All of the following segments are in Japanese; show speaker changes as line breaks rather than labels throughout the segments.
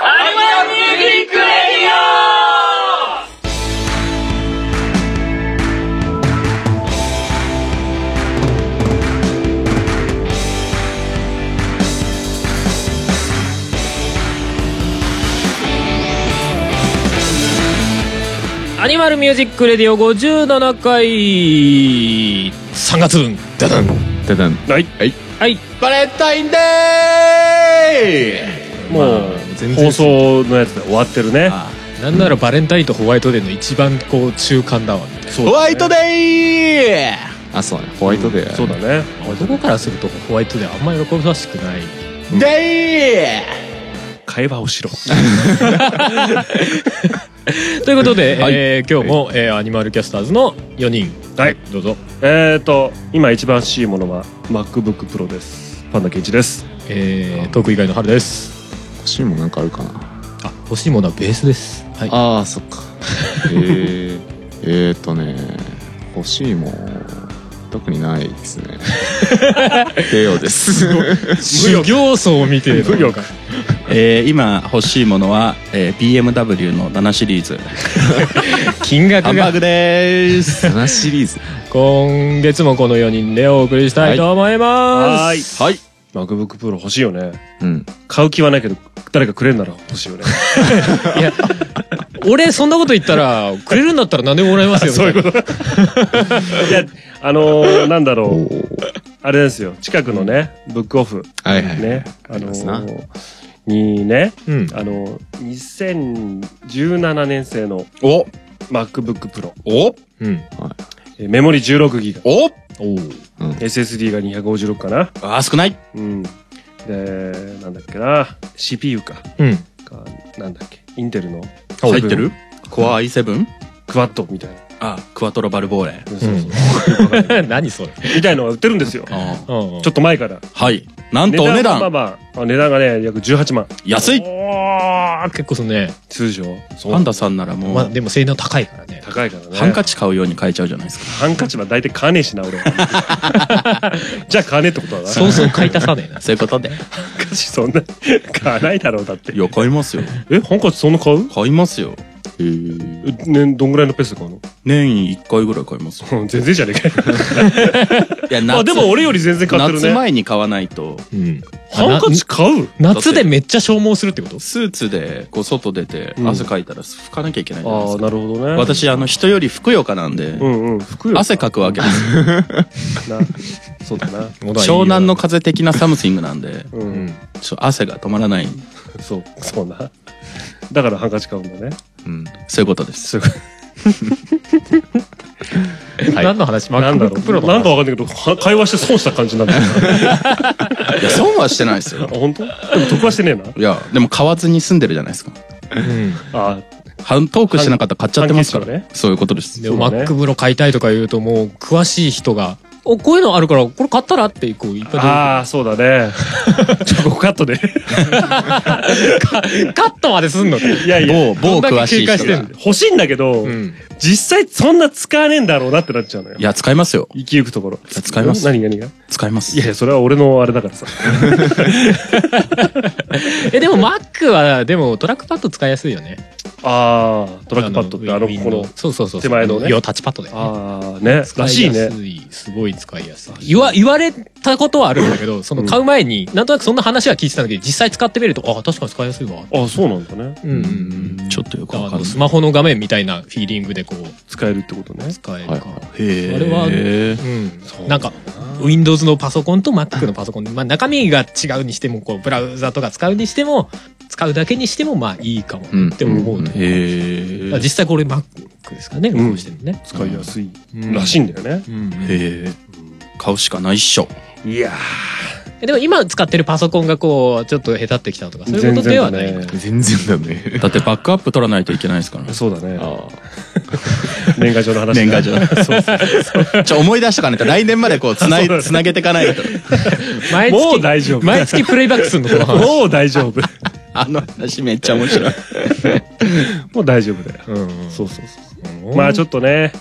アイワンミュージックレディ
オアニマルミュージックレディオ57回3月分ダダン
ただ
はい
はい
はい
バレンタインデー
もう、
全然
放送のやつで終わってるね
あ
なんならバレンタインとホワイトデーの一番こう中間だわみたい
ホワイトデーあそうねホワイトデー
そうだね
な男からするとホワイトデーあんま喜ばしくない
デ
会話をしろ
ということで、
はい
えー今日も、えーアニマルキャスターズの4人
はい
どうぞ
えーと今一番欲しいものは MacBookPro ですパンダケンイチです
えー、トーク以外の春です
ー欲しいもんなんかあるかな
あ欲しいものはベースですはい
ああそっか えー、えーとね欲しいもん特にないですねデヨです
修行僧みてえな
無力
えー今欲しいものは、えー BMW の7シリーズ
金額
ハンバ
が
ーグでーす
7シリーズ
今月もこの4人でお送りしたいと思いま
はーい
す、
はい
MacBookPro 欲しいよね
うん
買う気はないけど誰かくれるなら欲しいよね
い、や俺そんなこと言ったらくれるんだったら何でももらえますよみたいな
はいやあ のー、なんだろ
お
う
ー
あれですよ近くのねブックオフ
はいはい
ねあ
り
の
ますな
ー、にね
うん
あのー、2017年製の
お
MacBookPro
お
うん
えーメモリ16ギガ
お
おう
SSD が256かな
あー少ない
うんでなんだっけな CPU か
うん
かなんだっけインテルの
入ってるコア i7?
クワッドみたいな
あクワトロバルボーレ
そうそううんよくわかんな い
何それ
みたいのが売ってるんですよち
あー
ょ
ょっと前から
はいなんとお値
は
段
まあまああ値段がね約18万
安い
おー結構そのね、
通常
パンダさんならもう、
まあ、でも性能高いからね
高いからね
ハンカチ買うように買えちゃうじゃないですか
ハンカチは大体買わねえし な俺じゃあ買わねえってことだな
そうそう買い足さねえな
そういうことで
ハンカチそんな買わないだろうだって
いや買いますよ
えハンカチそんな買う
買いますよ
えー
えねどんぐらいのペースで買うの
年1回ぐらい買いますよ
うん全然じゃねえかよ
いや夏
あでも俺より全然買ってる
夏
ね
前に買わないと
うん
ハンカチ買う
な夏でめっちゃ消耗するってこと
スーツでこう外出て
うん
汗かいたら拭かなきゃいけないじゃないで
ああ
すか、
なるほどね
私あの人よりふくよかなんで、
うんうん服よ
汗かくわけですよ
なそうだな
湘南の風的なサムシングなんで
う
うんん
ちょ汗が止まらない
そうそうなだからハンカチ買うんだね
うん
そういうことです
すごい
何の話マ
なんだ
ッ
ろ
クプロ
う
の
な
話
んかわかんないけどは会話して損した感じになる
いや損はしてないです
あ
よ
本当でも得はしてねえない
やでも買わずに住んでるじゃないですか
うん
あ
はトークしてなかったら買っちゃってますから
関係者
そういうことです
でもマ
そうだね
ックブロ買いたいとか言うともう詳しい人が「おこういうのあるからこれ買ったら?」ってこういっぱ
あーそうだねちょっとここカットで
い出てくるカットまですんのね
いやい
某
や
某
どんだ
詳
け
しい
警戒して
人
ん
が
の
欲しいんだけど、
うん
実際そんな使わねえんだろうなってなっちゃうのよ
いや使いますよ
生きゆくところ
や使います
何何が
使います
いやいやそれは俺のあれだからさ
えでもマックはでもトラックパッド使いやすいよね
ああトラックパッドってあのここの
そうそうそう
手前のね
いやタッチパッドだよね
ああねらしい
使い
ね
やすいすごい使いやすい言わ言われたことはあるんだけどその買う前になんとなくそんな話は聞いてたんだけど実際使ってみるとあ確かに使いやすいわ
ああそうなんだね
うんうんうん
ちょっとよく
だ
わ
か
からんない
スマホの画面みたいなフィーリングでこう
使えるってことね
使える
は
から、
いはい
へえ
あれはうん、なんか Windows のパソコンと Mac のパソコンで、まあ、中身が違うにしてもこうブラウザとか使うにしても使うだけにしてもまあいいかも
うん
って思うと、だ
へ
から
え
実際これ Mac ですからね
ん
録音してるのね、
使いやすい
うん
らしいんだよね、
う
へ
ん
え買うしかないっしょ
いや
えでも今使ってるパソコンがこうちょっとへたってきたとかそういうことではない、
全然だね
だってバックアップ取らないといけないですからね
そうだね
あ
年賀状の話だ
年賀状ちょ思い出しとかないと来年までこうつな
そうだ
い
ね
つなげていかないと
毎月
もう大丈夫
毎月プレイバックするのこの話
もう大丈夫
あの話めっちゃ面白い
もう大丈夫だよ
うんうん
そうそうそうまあちょっとね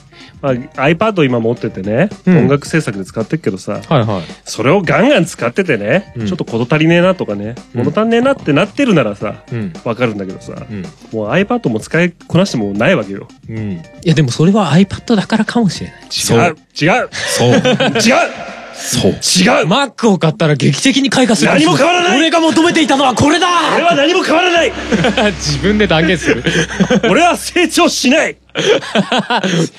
まあ、iPad 今持っててね、
うん
音楽制作で使ってっけどさ
はいはい。
それをガンガン使っててね、
うん
ちょっと事足りねえなとかね、
うん
物足んねえなってなってるならさ
うん。
わかるんだけどさ
うん。
もう iPad も使いこなしてもないわけよ
うん。いや、でもそれは iPad だからかもしれない。
違う違う
そう
違う
そう
違う
Mac を買ったら劇的に開花するかしれ
何も変わらない
俺が求めていたのはこれだ
俺は何も変わらない
自分で断言 する。
俺は成長しない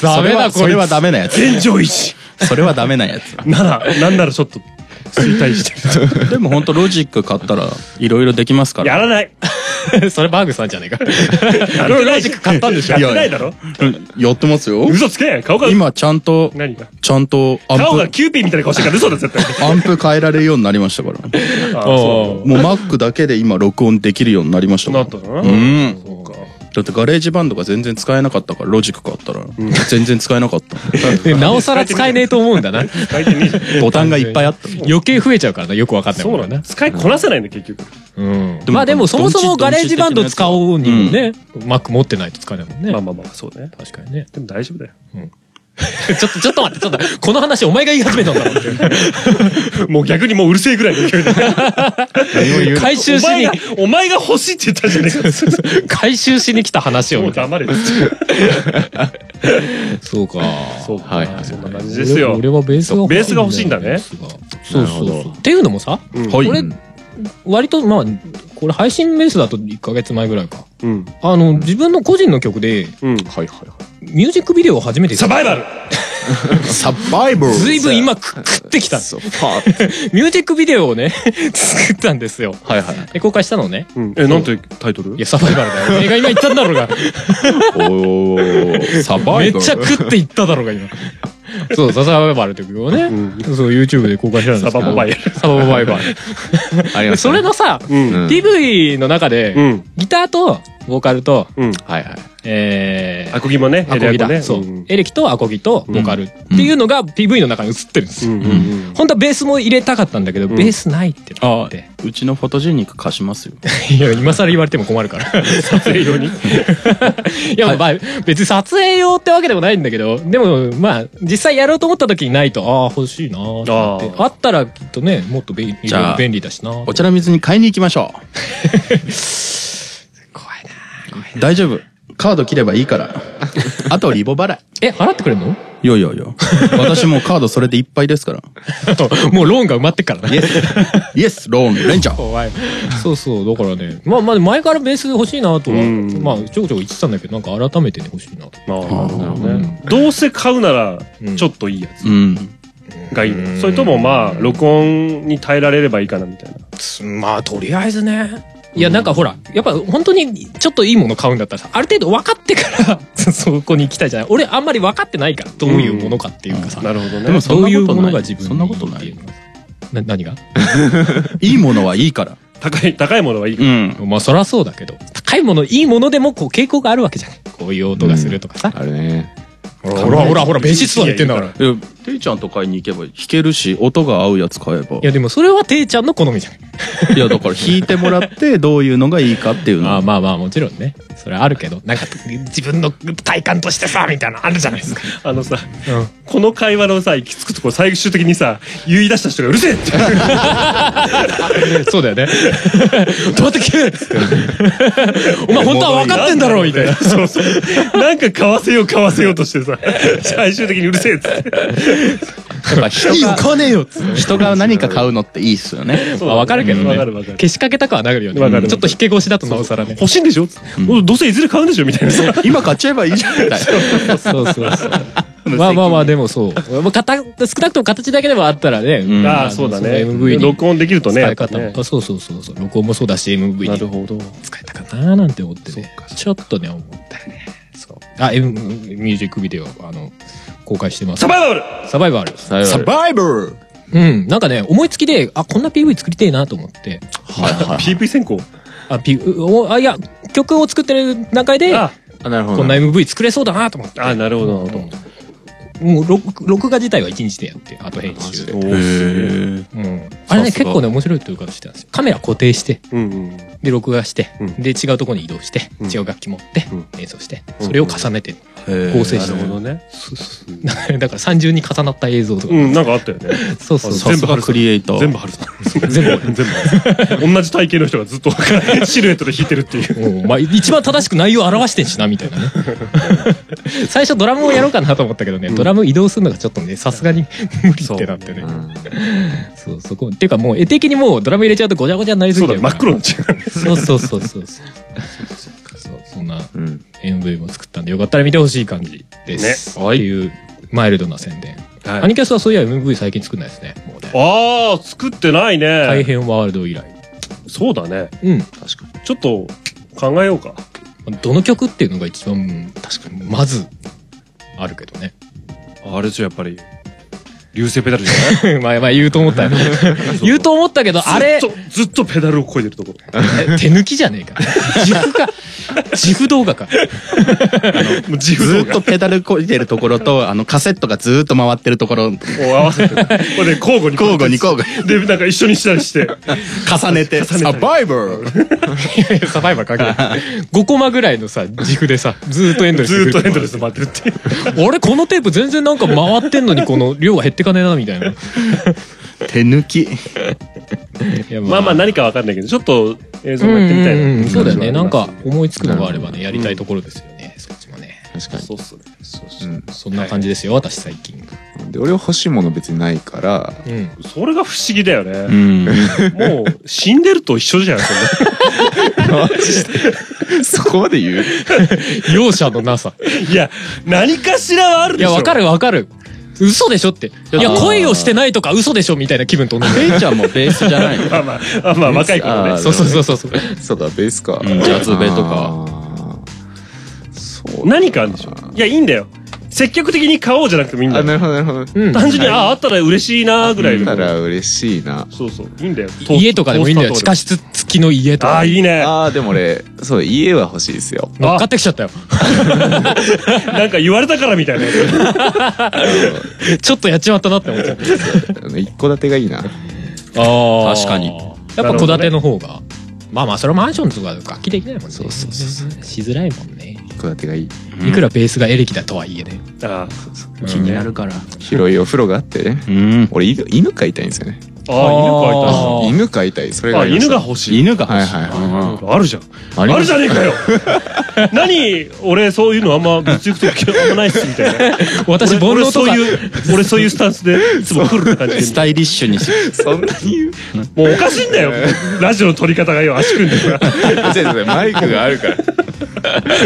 ダメだ、これ
それはダメなやつ
現状維持
それはダメなやつ
ならなんならちょっと衰退してる
でも本当ロジック買ったらいろいろできますから
やらない
それバーグさんじゃねえか。
やらない買ったんでしょやってないだろ
うんやってますよ
嘘つけ顔が
今ちゃんと
何が
ちゃんとア
顔が
ン
キューピーみたいな顔してるから嘘だ絶対
プアンプ変えられるようになりましたから
ああ
お
そう
もう Mac だけで今録音できるようになりましたか
なっ
ら
たな
うん
そうか
だってガレージバンドが全然使えなかったからロジック買ったら全然使えなか った
なおさら使えねえと思うんだな。
書いてねえじゃん
ボタンがいっぱいあった
余計増えちゃうからな、よくわかんない
そ
も
うん
な
な
んな
だ。使いこなせないんだ結局
うん
でも
まあでもそもそもガレージバンド使おうにもね、Mac 持ってないと使えないもんね。
まあまあまあそうね
確かにね。
でも大丈夫だよ
ちょっと、ちょっと待って、ちょっと、この話お前が言い始めたんだろ
もう逆にもううるせえぐらいの勢いで
う。回収
お
し
前
に
が、お前が欲しいって言ったじゃねえか
回収しに来た話を
もう
みたい
黙れ
な。そうか。
そうか、
はいはいはい
そんな感じですよ
俺はベースが欲しいだよ。
ベースが欲しいんだね
ベースがそうそう
な
そ
る
う。
ほど
っていうのもさ、
うん
はい
俺割とまあ、これ配信ベースだと1ヶ月前ぐらいか。
うん
あの、自分の個人の曲で、
うん
はいはいは
ミュージックビデオを初めて
サバイバル
い。サバイバル
ずいぶん今く食ってきた。
そうパーッ
ミュージックビデオをね、 作ったんですよ。
はいはい。
で公開したのね。
うんえなんてタイトル
いや、サバイバルだよ。映画今言ったんだろうが。
おー、サバ
めっ
イバル。
ちゃ食って言っただろうが、今。そう、ササバイバルって曲をね、
ん
そう、YouTube で公開したんです
サ
けど
バモバイル
サババイバル。
あり
で
ました
そ
ね
れのさ、
うん
ん
PV の中で、
うん
ギターと、ボーカルと、
うん
はいはい。
えー
アコギもね
アコギだ、
ね
そう、
ん
エレキとアコギとボーカルっていうのが PV の中に映ってるんです
う
よ、
んうん
本当はベースも入れたかったんだけど、ベースないってな
あ
って
うちのフォトジェニック貸しますよ
いや今更言われても困るから
撮影用に
いや、まあ、別に撮影用ってわけでもないんだけどでもまあ実際やろうと思った時にないとああ欲しいなーってなって
あー
あったらきっとねもっと便利
じゃあ
便利だしな
お茶の水に買いに行きましょ
怖いな
う大丈夫カード切ればいいからあとリボ払い
え払ってくれるの
いやいやいや私もうカードそれでいっぱいですから
もうローンが埋まってっからな
イエスイエスローンレンジャー
怖い そうそうだからねまあまあ前からベース欲しいなとは、
うん
まあちょこちょこ言ってたんだけどなんか改めてね欲しいなと
ああなるほ
ど
ねどうせ買うなら
うん
ちょっといいやつ
うん
がいいのそれともまあ録音に耐えられればいいかなみたいな
まあとりあえずねいやなんかほらやっぱ本当にちょっといいもの買うんだったらさある程度分かってから そこに行きたいじゃない俺あんまり分かってないからどういうものかっていうかさ、
なるほどね
でも
どういうも
そんなこ
の
とな
が
い
自分に
そんなことない
ってうな何が
いいものはいいから
高い高いものはいい
うん
まあそりゃそうだけど高いものいいものでもこう傾向があるわけじゃないこういう音がするとかさ、
あれね。
ほらほらほらほらベーシストが言ってんだからい
えていちゃんと買いに行けば弾けるし音が合うやつ買えば
やでもそれはていちゃんの好みじゃん
いやだから弾いてもらってどういうのがいいかっていうの
ああまあまあもちろんねそれはあるけどなんか自分の体感としてさみたいなのあるじゃないですか、
あのさ
うん、
この会話のさ行き着くところ最終的にさ言い出した人がうるせえって
そうだよね。どうやって切れるっつってお前本当は分かってんだろみたいな。
そうそうなんか買わせよう買わせようとして さ最終的にうるせえっつって
やっぱ人が
かねえよっつって。
人が何か買うのっていいっすよね
まあ分かるけどね。
わかるわかる
消しかけたくはなるよね。
わかる
ちょっと引け腰だとなおさらね。
欲しいんでしょっつってどうせいずれ買うんでしょみたいなさ
今買っちゃえばいいじゃんみたい
そうそうそう。
な
まあまあまあでもそう。まあかた少なくとも形だけでもあったらね。
ん
ああそうだね
その MV に。
録音できるとね
使い方も、そうそうそうそう録音もそうだし MV
な
に
るほど
使えたかななんて思ってねちょっとね思ったよねそうあ、M、ミュージックビデオあの公開してます
サバ イバル
サバイバル
サ
サ
バ
バイバル
うん、なんかね、思いつきで、あ、こんな PV 作りてえなと思って、
はいはい。
PV 選考
あ、P、おあ、いや、曲を作ってる段階で、
あ
あ、なるほど。
こんな MV 作れそうだなと思って。
あなるほどなるほど
もう録、録画自体は1日でやって、あと編集で。
お
へ
ー
え
うん。あれね、
さすが
結構ね、面白いというかしてたんですよ。カメラ固定して、
うんうん
で録画して、
うん
で違うところに移動して、
うん
違う楽器持って、
うん
演奏して
うん
それを重ねて、
合
成して
な
る
るほどね。
だから三重に重なった映像とか、
うん、なんかあったよね。
そうそうそう
全部クリエイト
全部ハルさ ん。全部、全部。同じ体型の人がずっと シルエットで弾いてるっていう。
うんまあ、一番正しく内容を表してんしなみたいなね最初ドラムをやろうかなと思ったけどね、ドラム移動するのがちょっとねさすがに無理ってなってね
うん
そうそこっていうかもう絵的にもうドラム入れちゃうとごちゃごちゃになりす
そう
ぎち
だ
ゃう
ね、
か
真
ら
っ黒に 違う。
そうそうそうそうそうそうそんな
うん、
MV も作ったんでよかったら見てほしい感じです、
ねはい
っていうマイルドな宣伝、
はい
アニキャスはそういや MV 最近作んないですねもうね
ああ、作ってないね。
大変ワールド以来
そうだね。
うん
確かに
ちょっと考えようか。
どの曲っていうのが一番確かにまずあるけどね
あれじゃやっぱり、流星ペダルじ
まあまあ言うと思 ったよ言うと思ったけどあ
ゃない
れ
ずっと、ずっとペダルをこいでるところ。
え手抜きじゃねえか自負か自負動画か
もう自
ず
由
ーっとペダルこいでるところと、あの、カセットがずーっと回ってるところ、
を合わせてる。これで交互に。
交互に交互に
で、なんか一緒にしたりして。
重ねて、サバイバー
サバイバーかけ5コマぐらいのさ自負でさずーっとエンドレス
ず
で
っとエンドレ
ス
ス待ってるっていう。
あれこのテープ全然なんか回ってんのにこの量が減ってかねえなみたいない
手抜き。
や
まあまあ何かわかんないけど、ちょっと映像もやってみたいな
うんうんうん。そうだよね。なんか
感
思いつくのがあればね、やりたいところですよね。そっちもね。
確かに
うっすね。そうそうう。そんな感じですよ、私最近。
うんで俺は欲しいもの別にないから
うん。
じ。それが不思議だよ
う
ね。
ん。
もう死んでると一緒じゃん、それ。
そこまで言う
容赦のなさ。
いや、何かしらはある
い
でしょ。
や、わか
る。
るわかる。嘘でしょって。いや、
あー
恋をしてないとか嘘でしょみたいな気分と同じ。
ペイちゃんもベースじゃないの
まあまあ、まあまあ、若い頃
あ
ね。
ー
そうそうそうそうそう。
そうだベースか、
うんジャズベとか
あーそう
何かあるんでしょ。いや、いいんだよ。積極的に買おうじゃなくてもいいんだ
あなる
よ。
ほどなるほど
うん。
単純に、ああ、あったら嬉しいな、ぐらい
た
の。
ら嬉しいな
そうそう。いいんだよ。
家とかでもいいんだよ。
トー
地
スター
下室付きの家と
あ
か
あ、。いいね。
ああでも俺そう家は欲しいですよ
乗っかってきちゃったよ。
なんか言われたからみたいなやつ。
ちょっとやっちまったなって思っちゃう。
あの一戸建てがいいな
あ
ー確かに。
やっぱ戸建ての方が。まあまあ、それはマンションとか楽器できないもんね。
そうそうそう
しづらいもんね。
一戸建てがいい
いくらベースがエレキだとはいえね。
あ
気になるから。
広いお風呂があってね
うん。
俺犬犬飼いたいんですよね
あ、あ
あー
犬飼いたいそれが
あ、
ありま
犬
した
が欲しい。
犬が欲しい。
はいはい
うん
あるじゃん。あ
りま
るじゃねえかよ。何、俺そういうのあんま物欲的なあんまないっすみたいな。
私、ボールの
俺
音
そう
が
いう、俺そういうスタンスで、いつも来るって感じ
ス
で。
タイリッシュにし
そんなに言う
もうおかしいんだよ。ラジオの撮り方がよ、足組んでるから。
違う違う違うマイクがあるから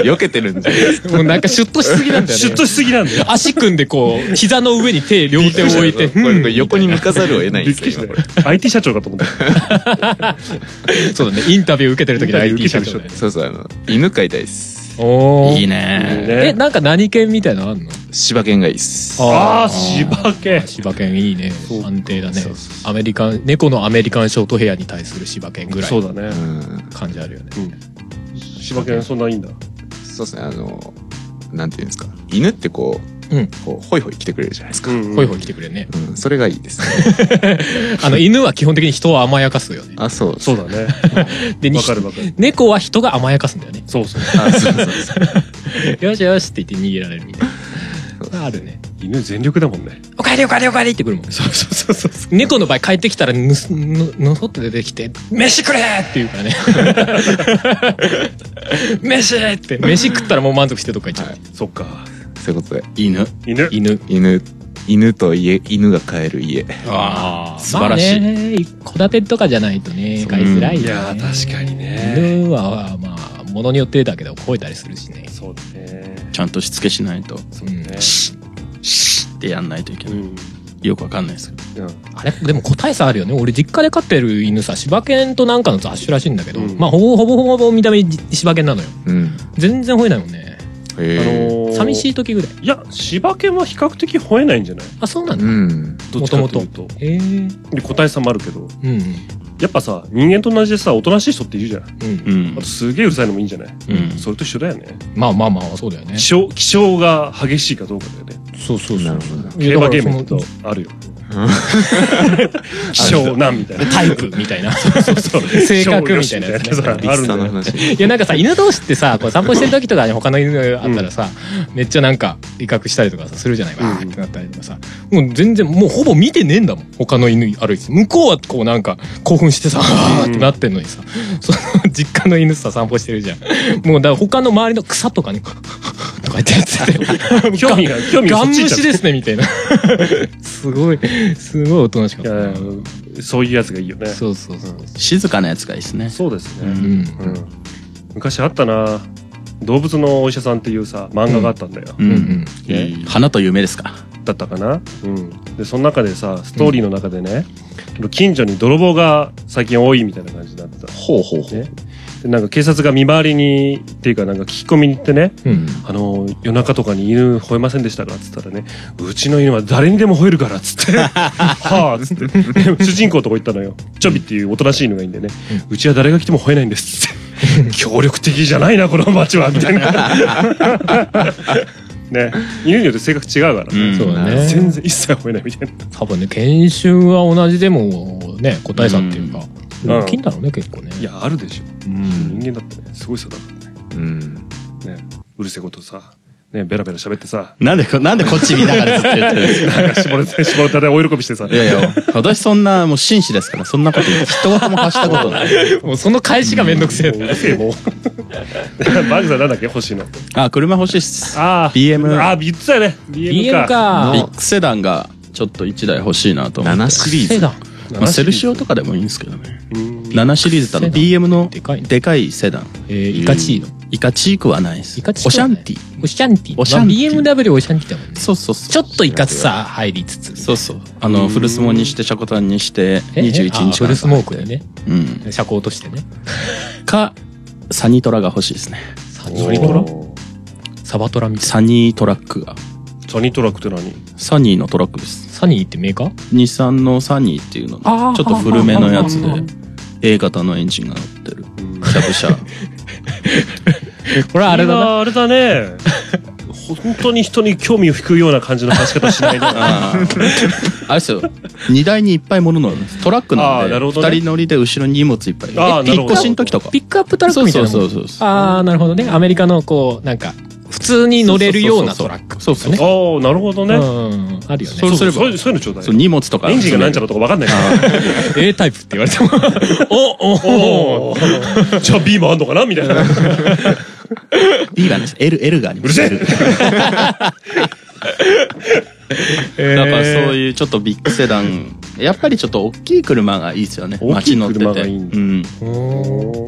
避けてるんじゃないですか
もうなんかシュッとしすぎなんだよね。
シュッとしすぎなんだよ。
足組んでこう、膝の上に手、両手を置 いて、
これこれ横に向かざるを得ないんで
びっ
す
くりし
よ
た
今こ
よ。IT 社長かと思った。
そうだね、インタビュー受けてる時の IT 社長だよ
れ
ね。
そうそうあの犬飼いたいです
おー
いいね。
え、
ね、
なんか何犬みたいなのあんの
柴犬がいいっす
ああ、芝犬。
柴犬いいね
そう。
安定だね
そうそ。
アメリカン、猫のアメリカンショートヘアに対する柴犬ぐらい
そう
の
だね
う。ん
感じあるよね。
芝犬そんないいんだ。
そうですねあのなんていうんですか犬ってこう,、
うん
こうホイホイ来てくれるじゃないですか、
うん
ほいほい来てくれね。
うん、それがいいですね
あの、犬は基本的に人を甘やかすよね。
あそう
そうだね。
で、
わかるわかる。
猫は人が甘やかすんだよね。
そうそう。
あそうそうそう
よしよしって言って逃げられるみたいな。あるね。
犬全力だもんね。
おかえりおかえりおかえりってくるもんね。そうそうそうそう。猫の場合帰ってきたらぬす、ぬ、のそって出てきて、飯くれって言う からね。飯って、飯食ったらもう満足してどっか行っちゃう。
はい
そっか。
そういうことで
犬。
犬。
犬。
犬犬と家犬が飼える家
ああ、素晴らしい。
まあね戸建てとかじゃないとね、飼いづらいよ、ね。
いやー確かにね
犬は、まあ、ものによってだけど、吠えたりするしね。
そうだね。
ちゃんとしつけしないと。
そうだね。
シッシッってやんないといけ
う
ない。
ん。
よくわかんないですけど。
あれでも個体差あるよね俺実家で飼ってる犬さ柴犬となんかの雑種らしいんだけど、
うん
まあほぼほぼほぼ見た目じ柴犬なのよ
うん
全然吠えないもんね
へ
あの
え、
ー
寂しい時ぐらい
いや、柴犬は比較的吠えないんじゃない
あそうなんだ
うん
どっちかというと。
へえ
で個体差もあるけど。
うんうん
やっぱさ、人間と同じでさ、おとなしい人っているじゃん。あ
うん
うん
と。すげえうるさいのもいいんじゃない
うん。
それと一緒だよね。
まあまあまあそうだよね
気象、気象が激しいかどうかだよね。
そうそう
なるほどない
競馬ゲーム
と
とあるよ。希少なみた いな。
タイプみたいな 性格みたいなやつね
そう
ビ
あ
ッ
るん
サ
だ
の
よ。
話
いやなんかさ犬同士ってさこう散歩してる時とかに他の犬があったらさ、めっちゃなんか威嚇したりとかさするじゃないわーってなったりとかさもう全然もうほぼ見てねえんだもん他の犬歩いてて向こうはこうなんか興奮してさあーってなってんのにさ、その実家の犬さ散歩してるじゃんもうだから他の周りの草とかに とかやってや ってて
興味が興味が
ガ
そ
ン
っち行
無
っちゃ
視
った
ですねみたいな すごいすごいおとなしかっ
いや
たね
そういうやつがいいよね。
そうそうそうそう
静かなやつがいいですね。
そうです
う
ね。
ん
うん。昔あったな。動物のお医者さんっていうさ漫画があったんだよ。
う
うんうん。
ね花と夢ですか。
だったかな。うん。でその中でさストーリーの中でね、近所に泥棒が最近多いみたいな感じになってた。
ほうほう
ね。でなんか警察が見回りにっていうかなんか聞き込みに行ってね。
うん
あの夜中とかに犬吠えませんでしたかっつったらねうちの犬は誰にでも吠えるから っつってはあっつってで主人公のとこ行ったのよチョビっていうおとなしい犬がいいんでね、うちは誰が来ても吠えないんですっつって協力的じゃないなこの町はみたいな ね犬によって性格違うか
う
ら、
ん
そうだね
全然一切吠えないみたいな
多分ね研修は同じでもね個体差っていうか、
うん
大きいんだろうね結構ね
いやあるでしょ
うん
人間だってねすごい人だから
うん
ねうるせえことさねベラベラ喋ってさ
なんでこ、なんでこっち見ながらずっと言ってるんですか。
なんか絞れ て絞れたでお喜びしてさ
いやいや、私そんな、もう紳士ですから、そんなこと言って、一言も発したことない。
もうその返しがめんどくせえ、
うるせえ もうバグさんなんだっけ欲しいの
あ、車欲しいっす。
ああ
BM
ああ言ってたよね BM
BM
か
か
ビッグセダンが、ちょっと一台欲しいなと思って。
7シリー
セ
ズ
ダン
まあ、セルシオとかでもいいんですけどね。
うん
7シリーズだの
セダン
BM の
でかいね
でかいセダン。
えーイカチーノ
イカチークはないです。
イカチーノ
オシャンティ。
オシャンティ
オシャンティ
まあ BMW オシャンティだもんね
そうそうそう。
ちょっといかつさ入りつつ
そうそう。あの、フルスモにして、シャコタンにして、
え
21日
あフルスモークにね
うん。
車高としてね
か、サニトラが欲しいですね。
サニトラサバトラみたいな
サニートラックが。
サニートラックって何
サニーのトラックです。
サニーってメーカー
日産のサニーっていうの、ち
あ
ょ
ー
っと古めのやつ
あーあーあ
で、A 型のエンジンが乗ってる。
うん
しゃぶしゃ。
これはあれだな
あれだ ね本当に人に興味を引くような感じの話し方しないで
あーあれですよ。荷台にいっぱい物乗るんです。トラックな
あ
ん
ー
で、
なるほどね
二人乗りで後ろに荷物いっぱい。
あー
え
なる
引
ほ
っ
ど
越しの時とか
ピ。ックアップトラックみたいなも
そ
ん
うそうそうそう
ああなるほどねアメリカのこうなんか普通に乗れるようなトラック
そうそう
ああなるほどね
うんうんうんあ るよね
そうすれば
そういうそういうのちょうだ
そう、
い
荷物とか。
エンジンがなんちゃらとか分かんないから
A タイプって言われてもおおお
おーじゃあビームあんのかなみたいなう
B がね、L、L がありま
る
す。
せえ
だからそういうちょっとビッグセダン。やっぱりちょっと大きい車がいいですよね。
大きい
街乗ってて。
車がいいん
う
だ
ん。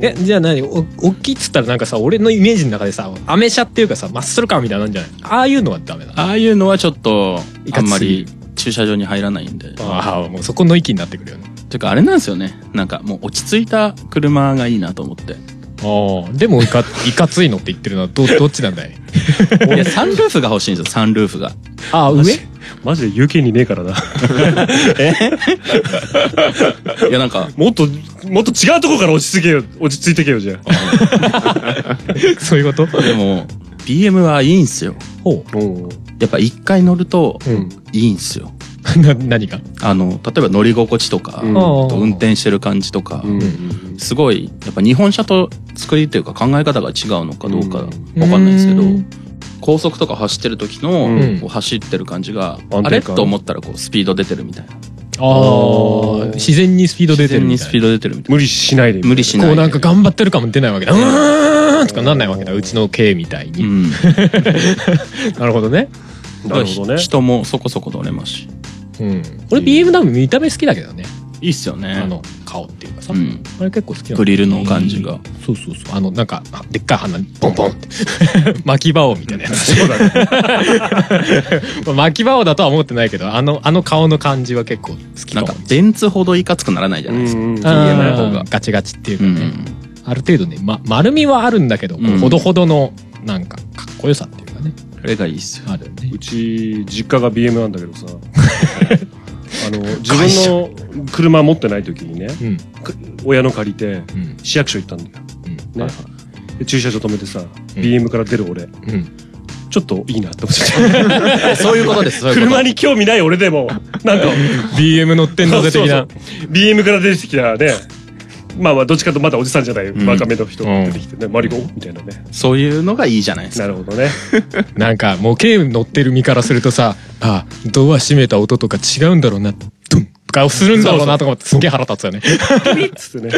えじゃあ何お大きいっつったらなんかさ俺のイメージの中でさアメ車っていうかさマッスルカーみたいなのあんじゃないああいうのはダメだ
ああいうのはちょっと、
い
あ
か
ん
つ
ま
すぎ
り
る
駐車場に入らないんで。
ああもうそこの域になってくるよね
てかあれなんですよね。なんかもう落ち着いた車がいいなと思って。
ああでもいか いかついのって言ってるのはどどっちなんだい
いや、サンルーフが欲しいんですよ、サンルーフが。
ああ上
マジで有権にねえからない
や、なんか、
もっともっと違うとこから落ち着けよ落ち着いてけよじゃあ
そういうこと
でも、BM はいいんすよ。
ほ
うん
やっぱ一回乗ると
う、うん、
いいんすよ。
な何が
あの、例えば乗り心地とか、
うん
あと運転してる感じとか、
うん
すごい、やっぱ日本車と作りっていうか考え方が違うのかどうか
う
わ
ん
かんないですけど、
うん
高速とか走ってる時の、
うん
こう走ってる感じが、
安定感
あれと思ったらこうスピード出てるみたいな。
ああ自然にスピード出
自
てる
然
み
に
た
ス
い
ピ
な
ード出てるみたい
無理しないで
な。無理しない
こ
で。
うなんか頑張ってる感も出ないわけだうーんとかなんないわけだうちの系みたいに、
うん。
なるほどね
なるほどね
人もそこそこ乗れますし。
うん俺 BMW 見た目好きだけどね
いいっすよね。
あの顔っていうかさ、
うん。
あれ結構好きなの
グリルの感じが。
そうそうそうあのなんかあでっかい花にボンボンって巻き場王みたいなやつ
そうだね
まあ巻き場王だとは思ってないけどあのあの顔の感じは結構好き
な
か
ん
も
か電通ほどいかつくならないじゃ
う
ないですか。
んうん
か BMW
あー
の方が
ガチガチっていうか
う
ね、
ん。
ある程度ね、ま、丸みはあるんだけど、こう
うん
ほどほどのなんかかっこよさっていうかね
あれがいいっすよ。
あるよね
うち実家が BM なんだけど さあの自分の車持ってない時にね
うん
く親の借りて
うん
市役所行ったんだよ、
うん
ねで駐車場止めてさ、
ん
BM から出る俺
うん
ちょっといいなって思っちゃっ
そういうことです。 そう
た
いうこと
車に興味ない俺でもなんか
BM 乗ってんだぜ的
そ
な
う。そう BM から出てきたねまあまあどっちかとまだおじさんじゃない
ん
若めの人が出てきてね、マリコみたいなね
そういうのがいいじゃないですか。
なるほどね
なんかもう軽乗ってる身からするとさ、あドア閉めた音とか違うんだろうな、ドンとかするんだろうなとか思ってすっげえ腹立つよね。
つってね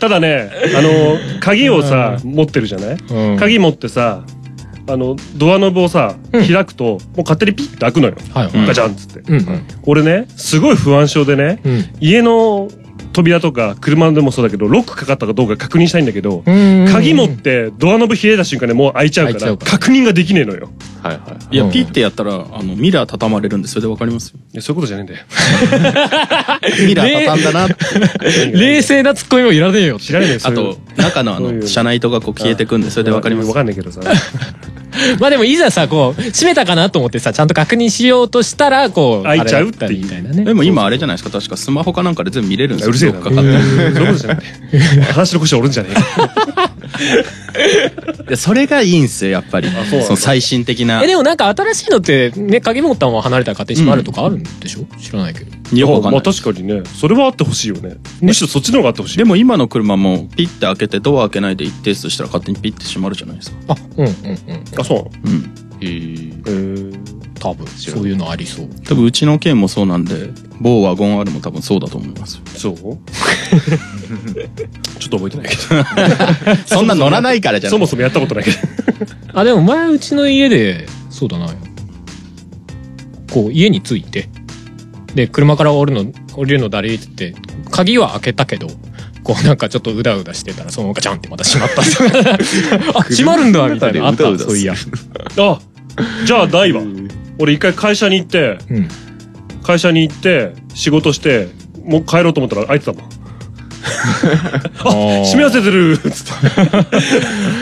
ただねあの鍵をさ持ってるじゃない、
うん
鍵持ってさあのドアノブをさ開くと、もう勝手にピッて開くのよ、
はいはい
うん
ガチャンっつって、
うん
俺ねすごい不安症でね、
うん
家の扉とか車でもそうだけどロックかかったかどうか確認したいんだけど、
うんうん
鍵持ってドアノブ開いた瞬間でもう開いちゃうか
開
ら
いちゃうから
確認ができねえのよ
はいはい
いや、
うん
ピッてやったら、あの、ミラー畳まれるんで、それでわかりますよ。
いやそういうことじゃねえんだよ
ミラー畳んだなって。
冷静なツッコミもいらねえよ。
知らねえよそ
あ
ういう
と、中のあ
そういう
の、
の
車内灯がこう消えてくんで、それでわかります
わ。かんないけどさ
まあでもいざさ、こう、閉めたかなと思ってさ、ちゃんと確認しようとしたら、こう、
開いちゃうっていう
あれだたりみたいなね。
でも今あれじゃないですか、確かスマホかなんかで全部見れるんですよ。
うるせえ
ど
な
っ
そ
か
う
かって
いうことじゃねえよ話の腰折る んじゃねえよ
いやそれがいいんですよ、やっぱり。
そうなんだ
その最新的な
え、。でもなんか新しいのって、ね、鍵持ったまま離れたら勝手に閉まるとかあるんでしょ、知らないけど。
よくわかん
ま
な
あ
い
確かにねそれはあってほしいよねむしろそっちの方があってほしい
でも今の車もピッて開けてドア開けないで一定数したら勝手にピッて閉まるじゃないですか。
あ、うんうんうん。
あそ
うん。
うなのへえ
多分、そういうのありそう。
多分うちの県もそうなんで、某ワゴン R も多分そうだと思いますよ。
そうちょっと覚えてないけど
そんな乗らないからじゃな
そ
い
もそもやったことないけど
あ、でも前、うちの家で、そうだな。こう、家に着いて、で、車から降りるの、降りるの誰って言って、鍵は開けたけど、こうなんかちょっとうだうだしてたら、そのままガチャンってまた閉まった。 あ、閉まるんだみたいな。あった、
車の中でうだうだする
そういや。
あじゃあないわ俺一回会社に行って
うん。
会社に行って仕事してもう帰ろうと思ったら開い てたもん
あー、
閉め忘れてるっつっ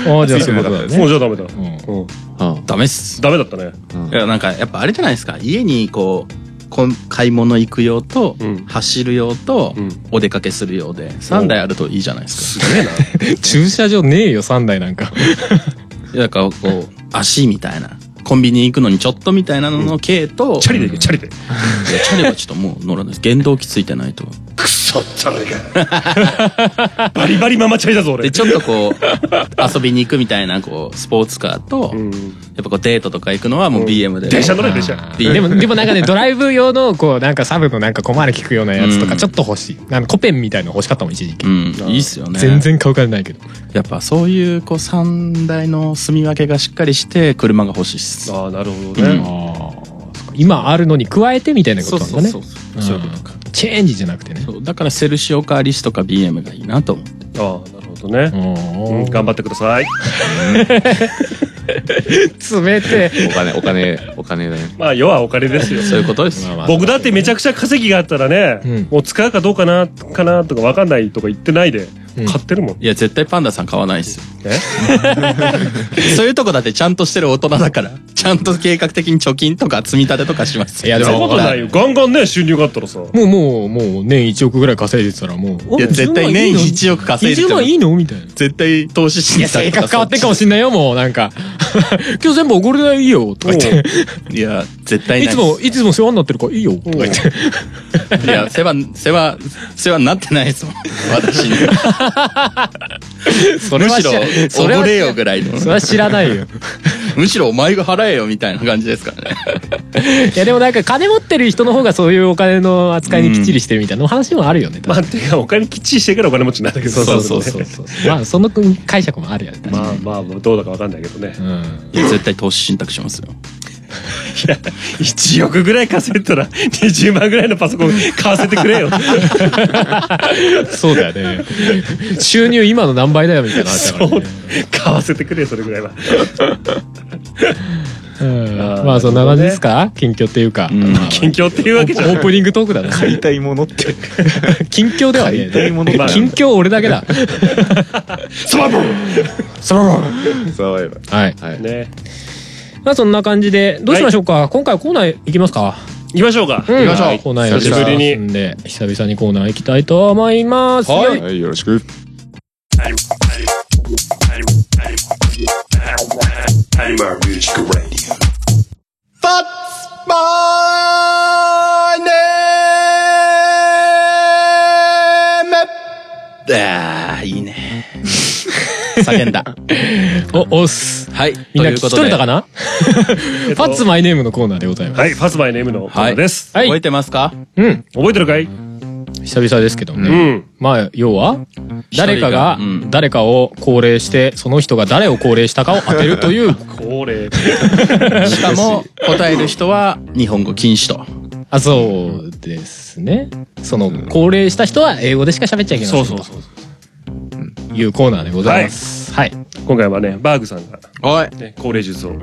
ああ、じゃあそういうこと だ
ても
ね
う。じゃあダメだ、う
うん
ん、
あ
ダメっす。
ダメだったね
うん
いや、なんかやっぱあれじゃないですか。家にこう、こん買い物行く用と、
うん
走る用と、
うん
お出かけする用で、3台あるといいじゃないですか。
すげえな
駐車場ねえよ、3台なんか。
いやなんかこう、足みたいな。コンビニ行くのにちょっとみたいなのの系と、
チャリで行
う
け
ん
チャリで
いやチャリはちょっともう乗らないです。原動機ついてないと。
クソチャリがバリバリママチャリだぞ俺
で、ちょっとこ う、遊びに行くみたいな、こう、スポーツカーと、
うん
やっぱこうデートとか行くのはもう BM で。
電車乗れ電車
あーでも、でもなんかね、ドライブ用の、こう、なんかサブのなんか小回り聞くようなやつと
う
か、
ん
ちょっと欲しい。なんかコペンみたいの欲しかったもん、一時期
う。ん、いいっすよね。
全。然買うからないけど。
やっぱそういう、こう、三台の住み分けがしっかりして、車が欲しいっす。
ああなるほど
う
ね
ん
ああ、そっか今あるのに加えてみたいなことなんだね。
そう
うん
そういうことか。
チェンジじゃなくてね。
そうだからセルシオかアリスとか BM がいいなと思って。
ああなるほどねうん頑張ってください
詰 めて。
お金お金お金だよ
まあ世はお金ですよ
そういうことですよ。
僕だってめちゃくちゃ稼ぎがあったらね、
うん
もう使うかどうかなかなとか分かんないとか言ってないで
うん
買ってるもん、ね
いや、絶対パンダさん買わないっすよ。 そういうとこだってちゃんとしてる大人だから、ちゃんと計画的に貯金とか積み立てとかしますよ。
いやで
そん
も
なことないよガンガンね収入があったらさ
もうもう、もう年1億ぐらい稼いでたらもう。
いや、絶対年1億稼いで
20
ても
万いいのみたいな。
絶対投資
い
信
や、
託
性
とか
格変わってんかもしんないよ、もう、な んか。今日全部おごりないいよ、とか言って。
いや、絶対
い
ない。
つも、いつも世話になってるからいいよ、とか言って。
い や、世話、世話、世話になってないですもん。私 に。
そ
むしろ、
そ
お
れ
ご
は
れよぐらいの。
それは知らない よ。
むしろお前が払えよみたいな感じですからね。
いや、でもなんか金持ってる人の方がそういうお金の扱いにきっちりしてるみたいな話もあるよね。
まあてかお金きっちりしてからお金持ちになったけど
そうそうそう
そ
まあ、その解釈もあるよね。確か
まあまあまあどうだか分かんないけどね
にうん。
いや、絶対投資信託しますよ。
1億ぐらい稼いだら20万ぐらいのパソコン買わせてくれよ
そうだ よね。収入今の何倍だよみたいな話だから
そう
ね。
買わせてくれよそれぐらいは
うん
あ ー
まあ、そんな感じですか近況っていうか。
ん
まあ
近況っていう
オ
わけじゃ
ー
ない
プニングトークだね。
買いたいものって
近況ではねえ
買いたいもの
ね。近況俺だけ だ。
スマホ
その
そういえば
はい。
はい
ね
まあ、そんな感じで、どうしましょうか今回コーナー行きますか
行きましょうか、
行
きましょう
コーナーや
久しぶりに
りんで、久々にコーナー行きたいと思います。
はい、はい、よろしく
タイマーミュー
ああ、いいね。叫んだ。
お、おっす。
はい。
みんな聞
というこ
き
とで
取れたかなファッツマイネームのコーナーでございます。
はい、ファスバイネームのコーナーです。
はい
覚えてますか
うん。
覚えてるかい
久々ですけどね。
うん。
まあ、要は、誰
一人
かが
がうん
誰かを高齢して、その人が誰を高齢したかを当てるという、
これ。
しかも、答える人は日本語禁止と。
あ、そうですね。その、高齢した人は英語でしか喋っちゃいけない。
そうそうそう。
というコーナーでございます。はい。
今回はね、バーグさんが、
おい。
ね、高齢術を行っ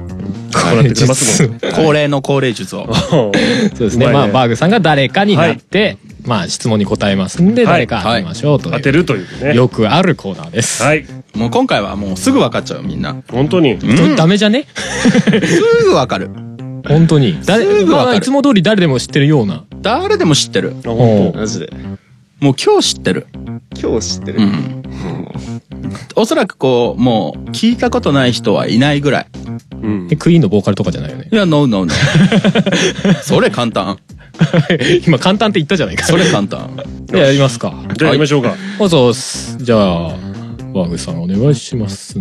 てくれますもん。
恒例の恒例術を。
そうですね。
うまいね
まあ、バーグさんが誰かになって、まあ、質問に答えますんで、
はい
誰か当てましょうという
当てるというね。
よくあるコーナーです。
はい。
もう今回はもうすぐ分かっちゃうよみんな。
本当に。
これダメじゃね
すぐ分かる。
本当に。誰、
すぐわか
ま
る
あ、いつも通り誰でも知ってるような。
誰でも知ってる。
おう
マジで
もう今日知ってる。
今日知ってる、
うん。おそらくこう、もう聞いたことない人はいないぐらい。
うん
え。クイーンのボーカルとかじゃな いよね
い。や、ノーノーノー。それ簡単。
今、簡単って言ったじゃないか。
そ れ簡単。
でやりますか。
じゃあやりましょうか。
おそうっす。じゃあ、バーグさんお願いします。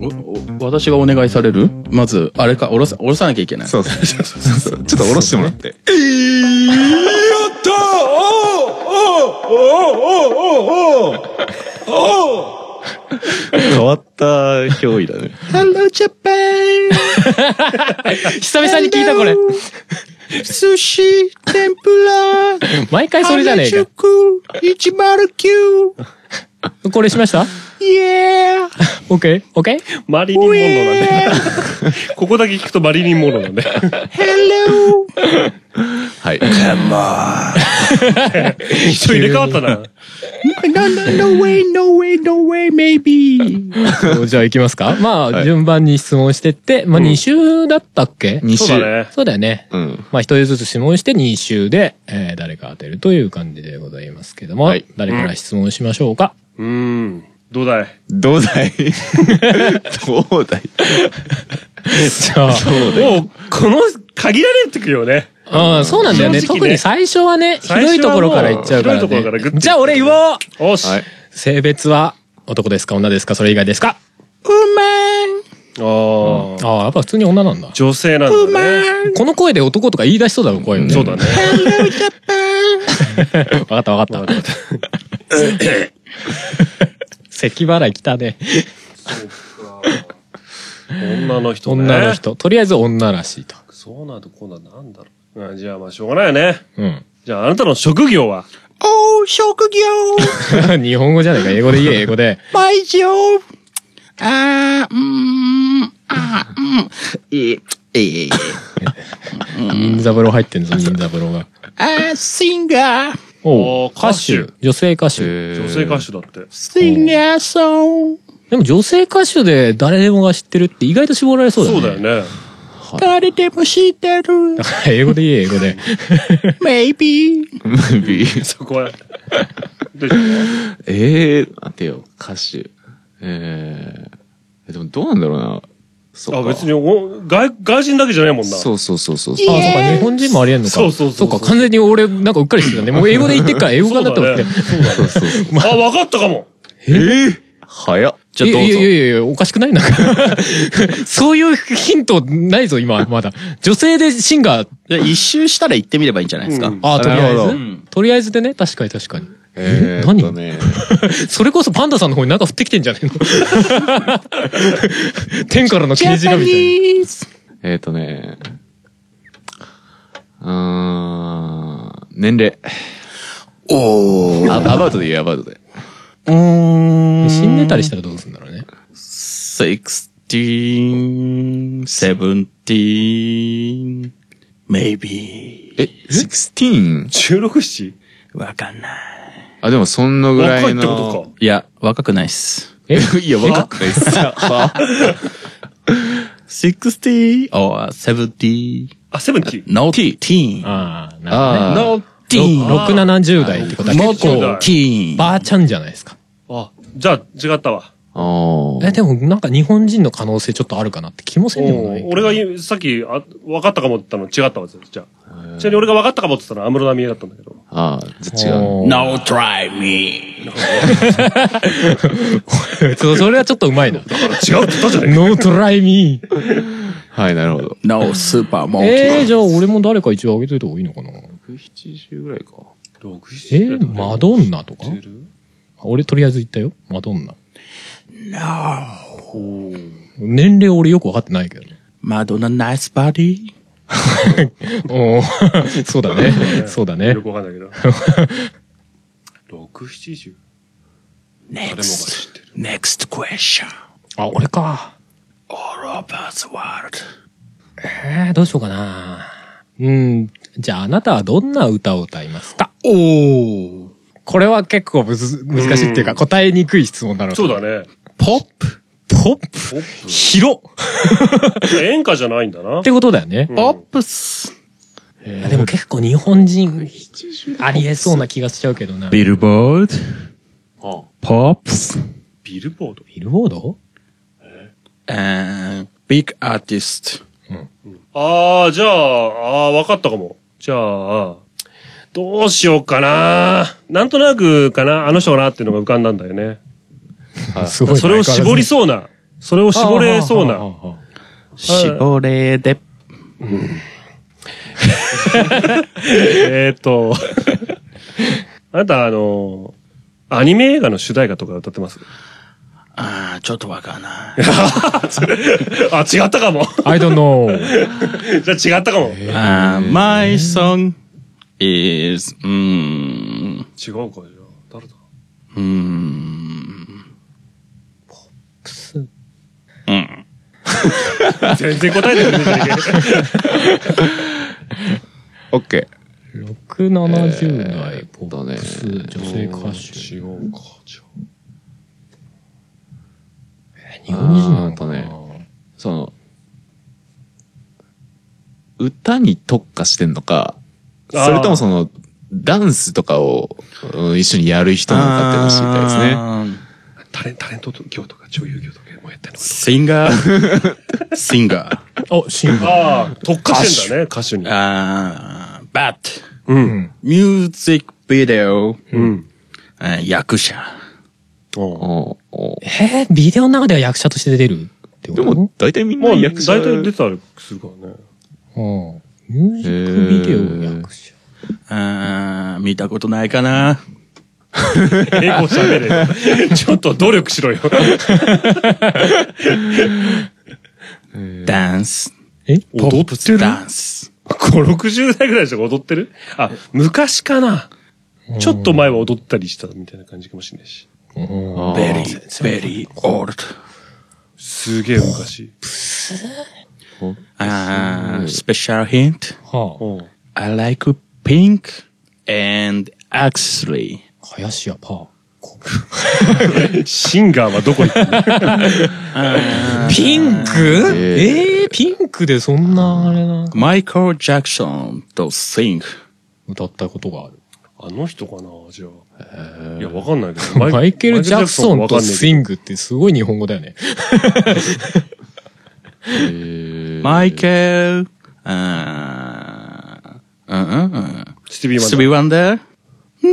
おお私がお願いされるまず、あれか、おろさ、おろさなきゃいけない。
そう そうそうそうちょっと下ろしてもらって
変わった脅威だね。Hello Japan!
久々に聞いたこれ。
寿司天ぷら
毎回それじゃねえか。
109
これしました
イエー
オッケーオッ ケー
マリリン・モンローなんで。ここだけ聞くとマリリン・モンローなんで。
Hello! はい。
一緒入れ替わったな。
No, no, no way, no way, no way, maybe.
そうじゃあ行きますか。まあ、順番に質問してって、まあ2週だったっけ、
2
そうだね。
そうだよね。
うん
まあ一人ずつ質問して2週で、えー誰か当てるという感じでございますけども、
はい
誰から質問しましょうか。
うーん。どうだい
どうだい どうだい
じゃあ、
もう、この、限られてくよね。
うん、そうなんだよね。
正直ね
特に最初はね、ひど
最初はい
ところからいっちゃうから、ね。
ひどいところからグッて
じゃあ俺言おう
おし。
はい
性別は男ですか女ですかそれ以外ですか
ああ。
ああ、やっぱ普通に女なんだ。
女性なんだね。
この声で男とか言い出しそうだろ、声をね。
そうだね。
わかったわかった。 咳払い来たね。
女の人ね。
女の。人。とりあえず女らしいと。
そうなると今度はなんだろう。うんじゃあまあしょうがないよね。
うん。
じゃああなたの職業は
おー、職業
日本語じゃないか。英語で言え、英語で。
倍上あー、うーん、あー、うん。えー、えー、
銀座風呂入ってんぞ、銀座風呂が。
あー、シンガー、
おう
おー
歌手
歌。
女性歌手。
女性歌手だって。
シンガーソング。
でも女性歌手で誰でもが知ってるって意外と絞られそうだね。
そうだよね。
誰でも知ってる。
だから英語で言え、英語で。
maybe.
ムービー
そこは。どうでしょう
ええー、待てよ、歌手。えー、でもどうなんだろうな。そっか
あ、別にお外、外人だけじゃないもんな。
そうそうそうそう。
あ、そうか、日本人もありえんのか。
そうそうそうそう
か、完全に俺、なんかうっかりしてたね。もう英語で言ってっから、英語
そ
化に
う
なっても
だね
て。。
そうそうそう。
あ、わかったかも。
えー、早っ。
じゃあどうぞ
いやいやいやいや、おかし くないなんかそういうヒントないぞ、今、まだ。女性でシンガー。
じゃあ一周したら行ってみればいいんじゃないですか。
うん
あ、とりあえ
なるほ
ど
ず。とりあえずでね、確かに確かに。
えー、
何
とね、
それこそパンダさんの方になんか降ってきてんじゃねえの天からの刑事がみたい
えっ、ー、とね、うーん、年齢。
おー。
あアバウトで言うアバウトで。
うー
な。
ん。
死んでたりしたらどうするんだろうね。
16, 17, maybe.
え、16?
16、7?
わかんない。
あ、でもそんなぐら
若い
い
って
の。
こ
いや、若くないっす。
え
いや、若くないっす。
60 or 70,
とか。あ、セブンティーン。
no teen.
ああ、なる
あ
の
ほどね。6、70代ってことは結
元
構、
teen.
ばあちゃんじゃないですか。
あ、じゃあ違ったわ。
ああ。
え、でもなんか日本人の可能性ちょっとあるかなって気もせんでもない。
お俺が言うさっきあ分かったかもって言ったの違ったわ、じゃあ。
えー
ちなみに俺が分かったかもって言ったのは安室奈美恵だったんだけど。
ああ、じゃあ違う。
お ー
No try me.
そうそれはちょっとうまいな。
違うって言ったじゃない
ノートライミー。
はい、なるほど。
No super
えー、じゃあ俺も誰か一応あげといた方がいいのかな。
170ぐらいか。
えー、マドンナとか
知ってる
俺とりあえず言ったよ。マドンナ。年齢俺よくわかってないけどね。
マドンナナイスバディ
おー そうだね。そうだね
よ。くわかんない けど。六七十誰もが知
?NEXT,
ってる。
next question.
あ、俺か。
All over the world.
えー、どうしようかな。うん。じゃああなたはどんな歌を歌いますか
おー。
これは結構むず難しいっていうか、
うん
答えにくい質問だろう。
そうだ。ね。
ポップ
ポップ
ポップ
広っ
演歌じゃないんだな
って。ことだよね。
ポップス。
あでも結構日本人、ありえそうな気がしちゃうけどな。ビ
ビルボード。ポップス。
ビルボード。
ルボード
ビッグアーティスト。
ああ、じゃあ、ああー、わかったかも。じゃあ、どうしようかな。なんとなくかな、あの人かなっていうのが浮かんだんだよね。
すごい。
それを絞りそうな。それを絞れそうな。
絞れで。
えーっと。 あなた、あの、アニメ映画の主題歌とか歌ってます
あーちょっとわかんない。
あ、違ったかも。
I don't know.
じゃあ違ったかも。
あー my song is, うーん、
違うか、じゃあ。誰だ
うーん、うん。
全然答えてくれないじ ゃねえか。
オッケ
670代、ポ
ーっと
ッ
ね
プス、女性歌手。
違うか、じゃあ。
日本人なのかな
あーー。その、歌に特化してんのか、
あー
それともその、ダンスとかを、うん一緒にやる人なのかっていうのを知りたいですね。
ね。
タレタレント業とか女優業とかもやってるの
シンガー、 シンガー、
あ、シンバ。
ああ、特化してんだね、歌手に。
あー but,
うん。
music video,
うん。
あー役者。
も
おお
えー、ビデオの中では役者として出るってこ
で
と
も、大体みん
う、
な
大
役者。
体出たりするからね。
うんミュージックビデオ役者。
あー見たことないかな。
英語喋れ よ。ちょっと努力しろよ。
ダンス、
踊ってる
ダンス。
?5、60代ぐらいでしょ踊ってるあ、昔かな。ちょっと前は踊ったりしたみたいな感じかもしれないし。
あー
very, very old.
すげえ昔。
あー special hint.
は
うん。
I like pink and actually.
あ、林家パー。こ
シンガーはどこ行ったの
ピンク
え
えー、ピンクでそんなあれな、
マイケル・ジャクソンと Sing。
歌ったことがある。
あの人かなじゃあ。いや、わかんないけど。マイ
マイケル・ジャクソンとスイ
ン。
ングってすごい日本語だよね。
マイケル、あーうんうんうん。
スティービーマン
スビー・ワンダー
あ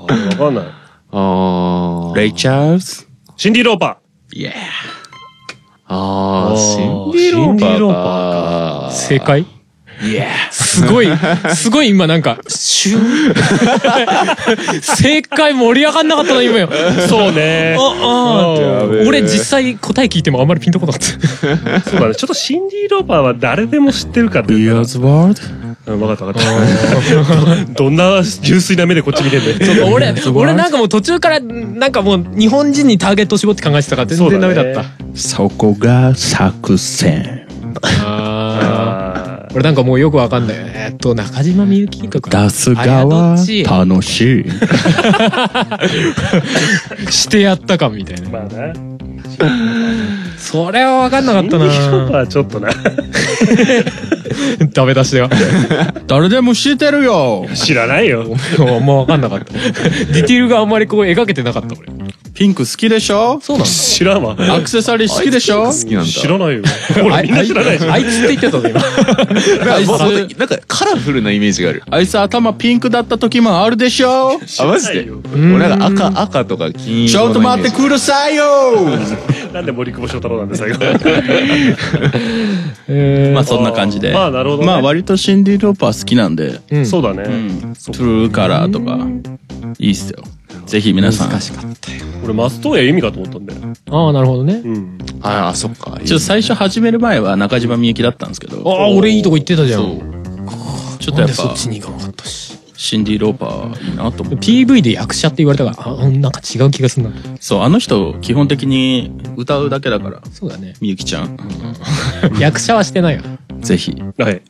わかんない。
あー
レイ・チャールズ
シンディ・ローパ
?Yeah!
あー、シンディロ
シン
ー
デ
パ
ィ
ー
ロー
か。
正解
Yeah!
すごい、すごい今なんか、シュー正解盛り上がんなかったの今よ。
ーか。そうね。
ああ
べえ
俺実際答え聞いてもあんまりピンとこなかった。
そうだね。ちょっとシンディ・ローパーは誰でも知ってるかっていうか。
World?
うん、わかったわかった。ど どんな純粋な目でこっち見てんだよ。
そう俺、俺なんかもう途中から、なんかもう日本人にターゲットを絞って考えてたから全
そう
然ダ
だ
メ
ね
だった。
そこが作戦。
あ
あ
ー俺なんかもうよくわかんない。えーっと、中島みゆきとか。
出す
あやど
側
っち
楽しい。
してやったかみたいな。
まあね。
それは分かんなかった
ニンニクとか
な
はちょっとな
ダメ出しだよ
誰でも知ってるよ
知らないよ
もう分かんなかったディティールがあんまりこう描けてなかった俺
ピンク好きでしょ
そうなんだ
知らんわ
アクセサリー好きでしょ
好きなんだ
知らないよ俺みんな知らないじゃん
あいつって言ってたぞ今
なんか
あいつ
もっとなんかカラフルなイメージがある
あいつ頭ピンクだった時もあるでしょ
知
あ
ら
マジ
な
で
いよ
俺なんか赤赤とか金
ち
色
ょっと
のイメー
待
ジ
ってくださいよ
なんで森久保祥太郎なんで最後
え
まあそんな感じで
まあなるほどね
まあ割とシンディ・ローパー好きなんで
ー
そうだ
う
ね
んトゥルーカラーとかいいっすよぜひ皆さんちょ
俺松任谷由実かと思ったんだよ
ああなるほどね
うん
ああそっか
っと最初始める前は中島みゆきだったんですけ
あ
ど
あ俺いいとこ行ってたじゃ
そうんちょっと
なん
や
で
っ
そ
ぱ
っちに行かなかったし
シンディ・ローパーいいなと思って
PV で役者って言われたからあなんか違う気がするな
そうあの人基本的に歌うだけだから
そうだね
みゆきちゃん
役者はしてないよ
ぜひ
はい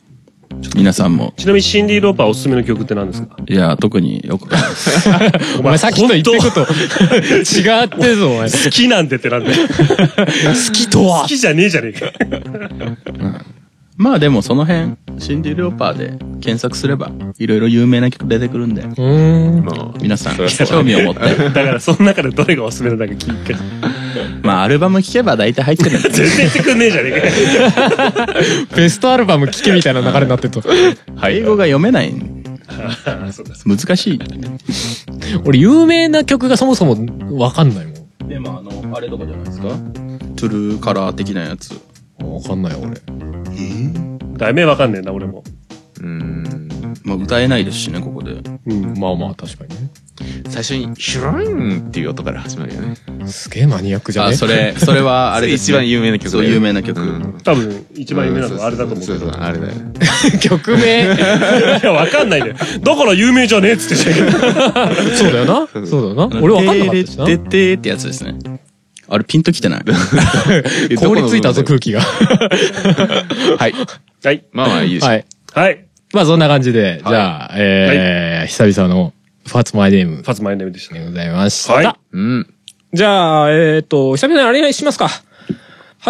皆さんも
ちなみにシンディ・ローパーおすすめの曲って何ですか
いや特によく
お前さっきと言ってること違ってぞお前
好きなんでってなんだよ
好きと
好きじゃねえじゃねえか
まあでもその辺シンディ・ローパーで検索すればいろいろ有名な曲出てくるんで
うーん
まあ
皆さん
そりゃそう
興味を持って
だからその中でどれがおすすめなのか聞いて
まあアルバム聴けば大体入ってるん で
全然言ってくんねえじゃねえか
ベストアルバム聴けみたいな流れになってると
英語が読め ないんで
そうか
難しい
俺有名な曲がそもそも分かんないも
でもあのあれとかじゃないですかトゥルーカラー的なやつ
ん分かんないよ俺
題名わかんねえな俺も
うーん
まあ歌えないですしねここで
うん
まあまあ確かにね
最初にヒュロインっていう音から始まるよね
すげえマニアックじゃ
あ
ね
それ それはあれです
一番有名な曲だ
そ
よ
う有名な曲
うん
多分一番有名なのはあれだと思うけ
そうそうそうあれだよ
曲名
どわかんないんだよだから有名じゃねえっつってんだけど
そうだよなそうだよな俺分かんなかったしな
てれててってやつですねあれピンとき てない
凍りついたぞ
どこ
空
の
気が
はい
はい
まあまあいいでしょ
はい
はい
まあそんな感じで、じゃあ、えー久々のファーツマイネーム
ファズマイネームでした
でございました。
はい
うん
じゃあ、えっ、と、久々にあれしますか。ハ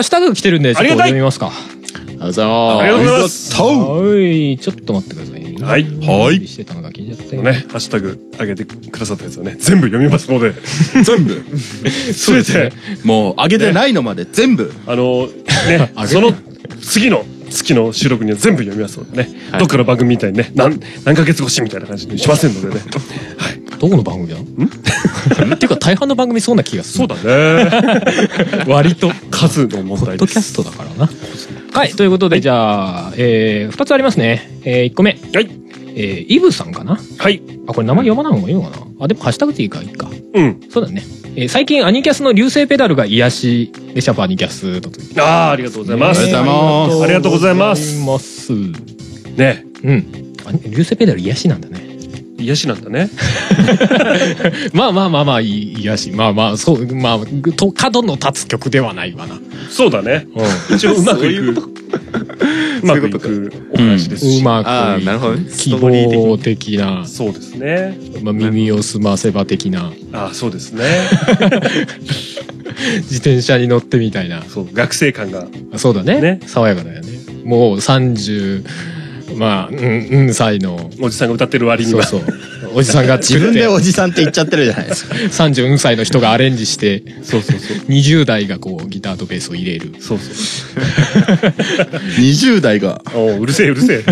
ッシュタグ来てるんで、ちょっと
ありがたい
読みますか。
ありがとうございます
ありがとうございます
はい、ちょっと待ってくださいね。
はい
準
は
備してたのが聞いちゃったよ
ね、ハッシュタグ上げてくださったやつをね全部読みますので
全 部
全て
もう上げてないのまで全部
あの ねその次の月の収録には全部読みますのでね、どっかの番組みたいにね何何ヶ月越しみたいな感じにしませんのでね
どこの番組 だっていうか、大半の番組そうな気がす
そ
る
う。だね
割と。
数の問題
ポッド
で
キャ
す
ストだからな。はい、ということで、じゃあ、えー、2つありますね。えー、1個目。
はい
えー、イブさんかな
はい
あ、これ名前読まない方がいいのかなあ、でもハッシュタグでいいか、いいか。
うん
そうだね。えー最近アニキャスの流星ペダルが癒し、でシャープアニキャスだと言って
ああありがとうございま
あ
す、
りがとうございます
ありがとうございます
ありがとうございます
ね
うん。あ流星ペダル癒しなんだね。
癒しなんだね
まあまあまあまあ、い癒し。まあまあ、そう、まあ、ぐと、角の立つ曲ではないわな。う
そうだね一応うまくいくうまくいくお話ですし、
まく。
ああなるほどね
希望的な、
そうですね
まあ、耳をすませば的な、
ああそう ですね
自転車に乗ってみたいな。
そう学生感が
あそうだね。
ね
爽やかだよね。もう30、まあ、うん、うん、歳の。
おじさんが歌ってる割に
そう
は
そう。おじさんが作
自
って
分でおじさんって言っちゃってるじゃないですか
34歳の人がアレンジして、
そうそうそう
20代がこうギターとベースを入れる。
そうそ
20代が
うおううるせえうるせ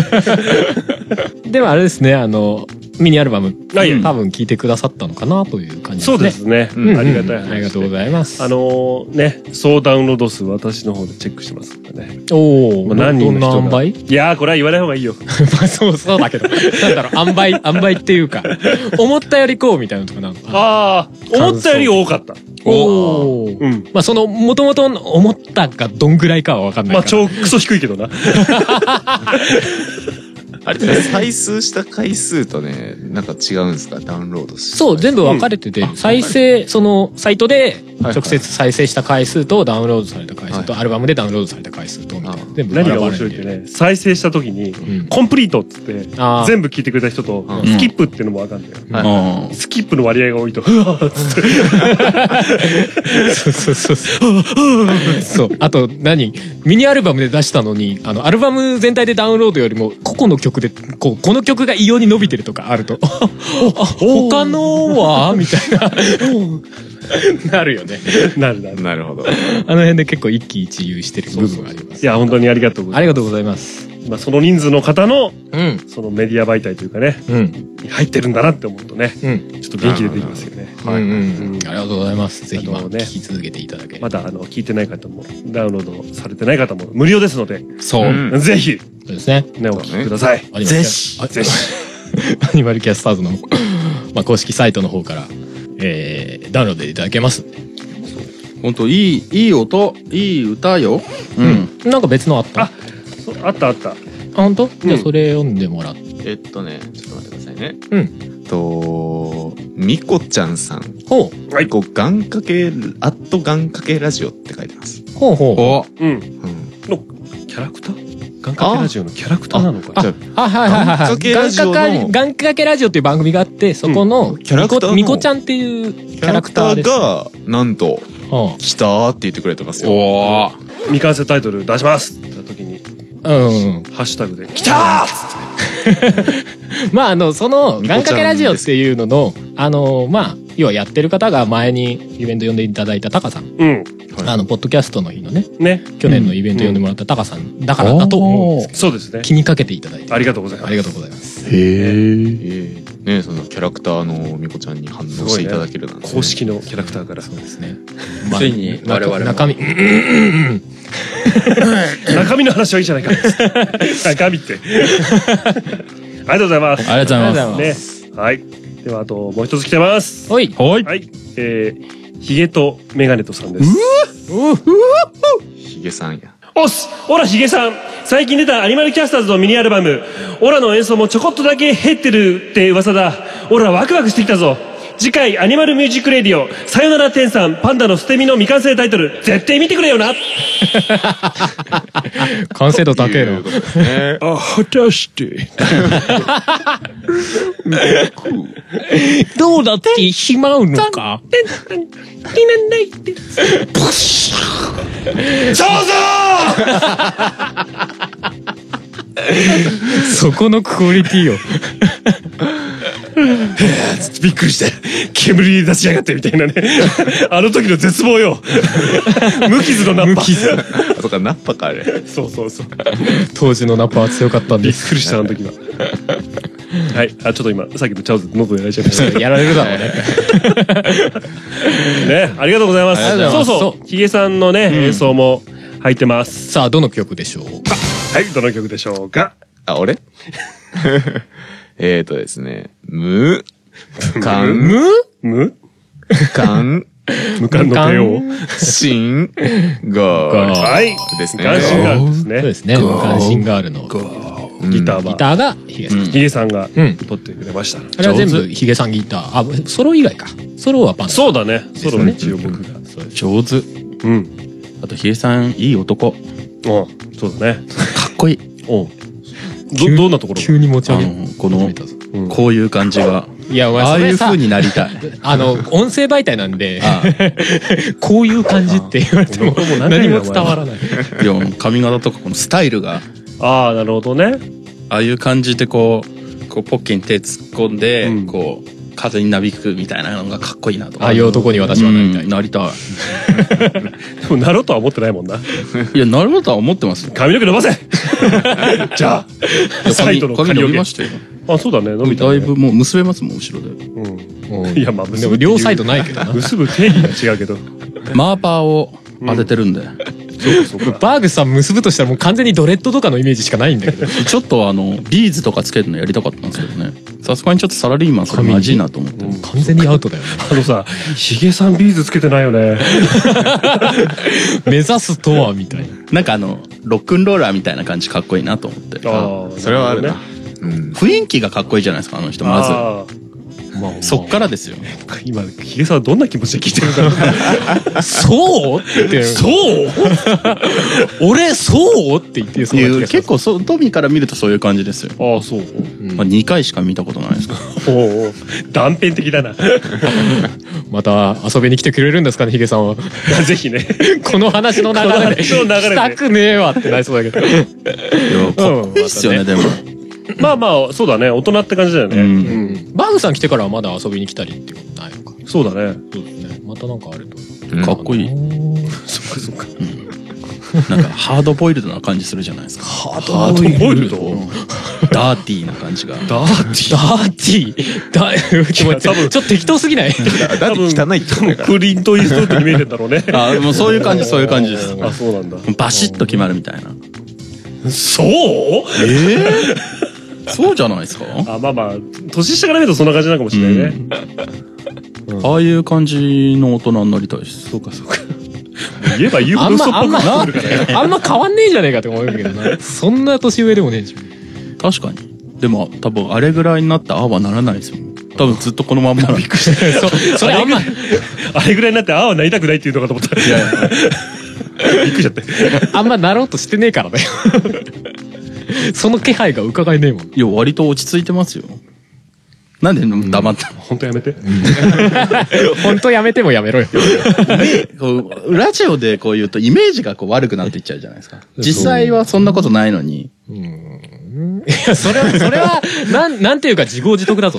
え
でもあれですね、あの、ミニアルバム、
はい
多分聴いてくださったのかなという感じです
そ
ね。
うですね、
うん。
ありがたい話
ありがとうございます。
あ、のーね総ダウンロード数私の方でチェックしてますんでね、
おお、
まあ、何人の人が
どんな塩梅
いやーこれは言わない方がいいよ
まあそう、そうだけど。なんだろう、塩梅、塩梅っていうか、思ったよりこうみたいなのとかなんか。
ああ思ったより多かった
おお。
うん
まあその、もともと思ったがどんぐらいかはわかんない
まあ
から。
超クソ低いけどな
あれって再数した回数とねなんか違うんですかダウンロードする
そう、全部分かれてて、再生、その、サイトで、
はい
直接再生した回数と、ダウンロードされた回数と、アルバムでダウンロードされた回数と、みたい
あ
な。全部バ
何
ラ
が
バ
面
ラ
白い
に
ってね再生した時に、
うん
コンプリートっつって
あー
全部聞いてくれた人と、
うん
スキップっていうのも分かんないよ、
うんうん
スキップの割合が多いと「うわーっつって
そうそうそうそう。そう。あと何、ミニアルバムで出したのに、あの、アルバム全体でダウンロードよりも、個々の曲で、こう、この曲が異様に伸びてるとかあると、あ他のはみたいな、なるよね。
なるなる
なるほど。
あの辺で結構一喜一憂してる部分があります。
いや本当にありがとうござ
あ
い
りがとうございます。
ます、まあ、その人数の方の
うん。
そのメディア媒体というかね
うん。
に入ってるんだなって思うとね
うん。
ちょっと元気出てきますよね
はい、うん
うん
ありがとうございます。ぜひ、まあ、
あのね
聞き続けていただければ。
まだあの聞いてない方もダウンロードされてない方も無料ですので、
そう。
うん
ぜひ
そうですね。
ねお聞きください、
アニマルキャスあ
ぜ
アニマルキャスターズの、 まあ、公式サイトの方から、えー、ダウンロードいただけますんで
本当いいいい音いい歌ようん
なんか別のあった
あそうあったあった
本当、じゃあ
うん
それ読んでもらって
えっとね、ちょっと待ってくださいね。。
うん
と、みこちゃんさん。
ほ
はい。こう、願掛け、アット願掛けラジオって書いてます。
うほうほう
お
うん
うん。
のキャラクター願掛けラジオのキャラクターなのか
あ
じゃ
あはいはいはいは
願
い
掛けラジオの
願掛けラジオっていう番組があってそこの、
キャラクターの
みこみこちゃんっていうキャ
キャ
ラ
ラ
ク
ク
タ
タ
ーで
ー
す
が、なんと、
うん
来たーって言ってくれてますよ。
お
未完成タイトル出しますって言った時に
うんうん
ハッシュタグで「来た
まああのその願掛けラジオっていうののあのまあ要はやってる方が前にイベント呼んでいただいたタカさん、
うん
はい
あのポッドキャストの日のね
ね
去年のイベント呼んでもらったタカさんだからだと思うんですけ
そうですね
ど気にかけていただいて
ありがとうございます
ありがとうございます
えーねそのキャラクターのみこちゃんに反応していただけるなんてね、
公式のキャラクターから
そうですね
ついに我々も
中身
中身の話はいいじゃないか中身ってありがとうございます
ありがとうござい
ありがとうござい
ま
ます
ねはいではあともう一つ来てます
おい
はい
はいえー、ヒゲとメガネとさんです
ヒゲさんや。
おっすオラヒゲさん最近出たアニマルキャスターズのミニアルバムオラの演奏もちょこっとだけ減ってるって噂だオラワクワクしてきたぞ次回アニマルミュージックレディオさよなら天さんパンダの捨て身の未完成タイトル絶対見てくれよな
完成度高え
とい
の
うことですね
あ果たして
どうだってしまうのかそこのクオリティを
びっくりして煙出しやがってみたいなね あの時の絶望 よ無傷のナッパ
あそっか、ナッパか、あれ。
そうそうそう
当時のナパは強かったん
び
で
っ
す
くりしたあの時は はいあちょっと今さっきのチャオズ喉やられちゃいました
やられるだろうね
ね、ありがとうございます。
ありがとございます
そううそう、ヒゲさんのね、演奏も入ってます。
さあどの曲でしょうか
はい、どの曲でしょうか。
あ、俺 えーとですね、む、かん、
む
無
かん、
無冠の帝王。
しん、が
が
はい。
ですね。
ガンシンガール
そう
で
です
ね。
すね無関心ガールの
うん
ギター
ギ
は。
ターがヒゲさん
ヒゲさんが
うん
撮ってくれました。
あれは全部ヒゲさんギターあソロ以外かソロはバンド
そうだね。ソロ
ね
一応僕が。
上手
うん。うん。
あとヒエさんいい男か
そうだね。
っこいい
うん。ど、どんなところ
急に持ち
あ
上げ
のこの
うん
こういう感じが
いやお前
ああ
そ
い
れ
う
さ
風になりたい
あの音声媒体なんで
あ
こういう感じって言われても
俺も何回
何
も
も伝わらない
あ いや髪型とかこのスタイルが
ああ、なるほどね。
ああいう感じでこうこうポッケに手突っ込んで、
うん
こう風になびくみたいなのがかっこいいなと
ああいう男に私はなりたい
うんなりたい
でもなろうとは思ってないもんな。
いやなるほどとは思ってますよ
髪の毛伸ばせじゃあ、サイ
髪
トの
髪
髪
伸
の
び
毛
ま。したよ
あ、そうだね。伸びたね。
だいぶもう結べますもん後ろで
うん。
うん
いやまあ
でも両サイドないけどな
結ぶ定義が違うけど。
マーパーを当ててるんで、
そうかそうか。
バーグさん結ぶとしたらもう完全にドレッドとかのイメージしかないんだけど
ちょっとあのビーズとかつけるのやりたかったんですけどねさすがにちょっとサラリーマンそれまじいなと思って
完全にアウトだよね
あのさ、ヒゲさんビーズつけてないよね。
目指すとはみたいな
なんかあのロックンローラーみたいな感じかっこいいなと思って
ああ、
それはある
ね
な。。うん。
雰囲気がかっこいいじゃないですかあの人ま
ず。まあまあ
そっからですよ。
今ヒゲさんはどんな気持ちで聞いてるのか
そうって言って、
そう
俺、そうって言ってそうな気がします
結構そう、トミーから見るとそういう感じですよ。
ああそう
まあ、2回しか見たことない ですけど。
おうおう断片的だな
また遊びに来てくれるんですかね、ヒゲさんは。
ぜひね
この話の流
この
れで。
話の流れ
し
で
たくねえわってなりそうだけど。
いや、かっこいいっすよね、でも。
まあまあそうだね大人って感じだよ
う
ね、
ん。
バグさん来てからはまだ遊びに来たりっていうことないのか。
そうだね
そうですね。またなんかあると。
かっこいい。
そっかそっか
なんか、ハードボイルドな感じするじゃないですか。
ハ
ハードボイルド
ダーティーな感じが。
ダーティー
ダーティー。だ、気持ち
多分
ちょっと適当すぎない
だって汚いって言うんだから
クリント・イーストウッドに見えてんだろう ね
あ、もうそういう感じ、そういう感じです。
あそうなんだ
バシッと決まるみたいな。
そう
そうじゃないですか
あまあまあ年下から見るとそんな感じなのかもしれないね、
ああいう感じの大人になりたいです。
そうかそうか言えば言う
あ
ほ
ん
ど嘘っ
ま、あんま
ぽく、なってくるからね
あんま変わんねえじゃねえかって思うけどな。そんな年上でも ねえじゃん。
確かに。でも、多分あれぐらいになったああはならないですよ。多分ずっとこのまんま。びっくりした。
そそれあんま、
あれぐらいになってああはなりたくないっていうのかと思った
いやいや
びっくりしちゃって
あんまなろうとしてねえからだよ。その気配が伺えねえもん。
いや、割と落ち着いてますよ。なんで黙ったの、
本当やめて
本当やめてもや めろよ。
こうラジオでこう言うとイメージがこう悪くなっていっちゃうじゃないですか。実際はそんなことないのに。
いや、それは、それは、なん、なんていうか自業自得だぞ。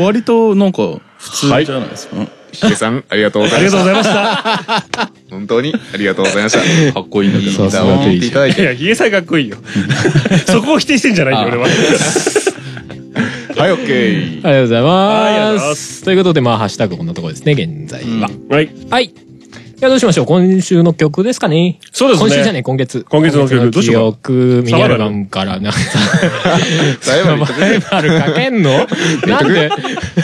割となんか普通じゃないですか。
ヒゲさん、ありがとうござ
あ
い
り
ま
が
し
と
た。
うございました
本当にありがとうございました。
かっこいいんだけど。
さす
ダ
が
ウンっていただい
い
て。
やヒゲさんかっこいいよそこを否定してんじゃないよ俺は
はい、オッケー。
ありがとうござい
はいありがとうござい
ま。
ます
ということで、まあ、ハッシュタグこんなところですね、現在は。
はい
はい。じゃあどうしましょう今週の曲ですかね
そうですね
今週じゃねえ、今月。
今月の曲どうしようか
曲、ミニアルバムからな。
ライバル に
ライバルかけんのなんで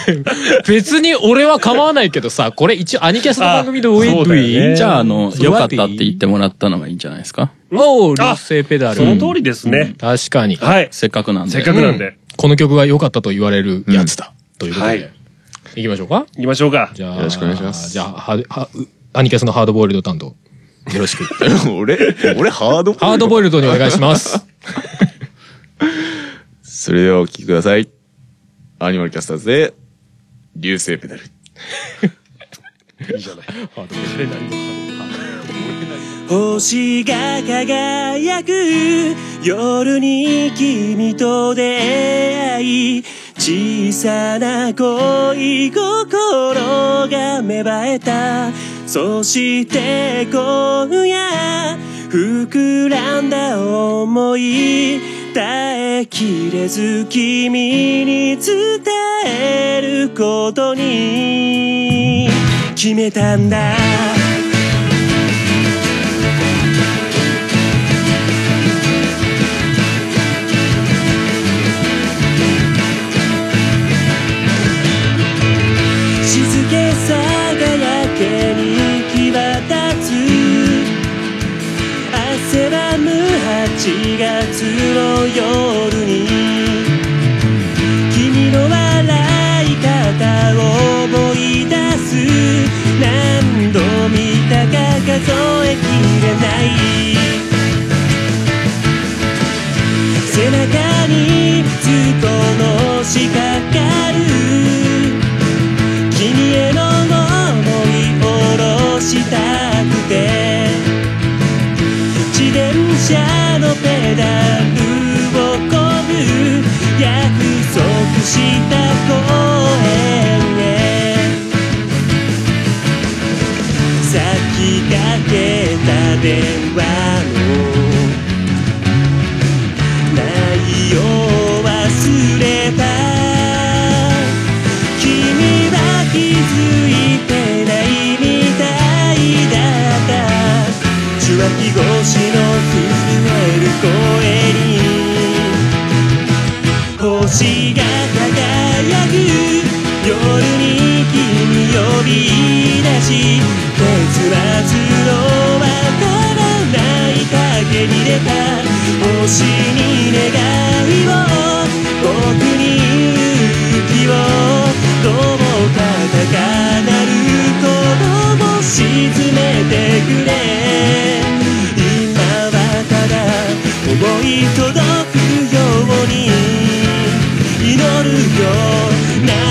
別に俺は構わないけどさ、これ一応アニキャスの番組で多い
あそう
ド
だ
ゥイ
よね
じゃあ、あの、
それ
良か
は
ったって言ってもらったのがいいんじゃないですか。
おう、流星ペダル。
その通りですね、
確かに。
はい
せっかくなんで。
せっかくなんで、
この曲が良かったと言われるやつだ。ということで。
はい
い、きましょうか
行きましょうか
じゃあ。
よろしくお願いします
じゃあ、は、は、うアニキャスのハードボイルド担当。よろしく。
俺、俺ハード
ハードボイルドにお願いします。
それではお聴きください。アニマルキャスターズで、流星ペダル。
星が輝く夜に君と出会い小さな恋心が芽生えたそして今夜膨らんだ想い耐えきれず君に伝えることに決めたんだ静けさがやけに際立つ汗ばむ8月の夜に君の笑い方を思い出す何度見たか数えきれない背中にずっとのしかかる君への想い下ろしたくて自転車のペダルをこぐ約束した公園へ先駆けた電話の内容を忘れた君は気づいてないみたいだった受話器越しの震える声に星が輝く夜に君呼び出し結末のわからない影に出た星に願いを僕に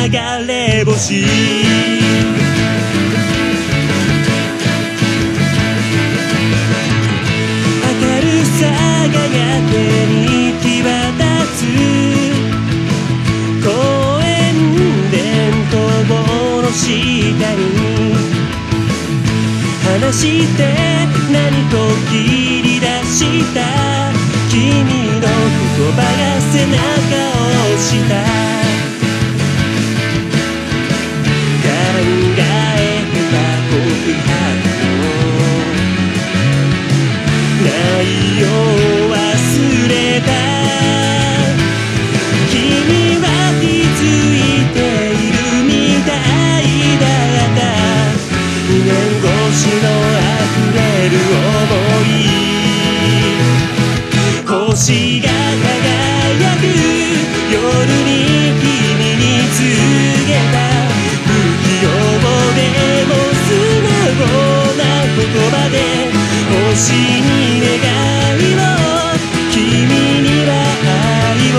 流れ星明るさがやけに際立つ公園で灯の下に話して何と切り出した君の言葉が背中を押した考えてた告白の内容忘れた君は気づいているみたいだった2年越しの溢れる想い星が輝く夜に君に告げた不器用でも素直な言葉で星に願いを君には愛を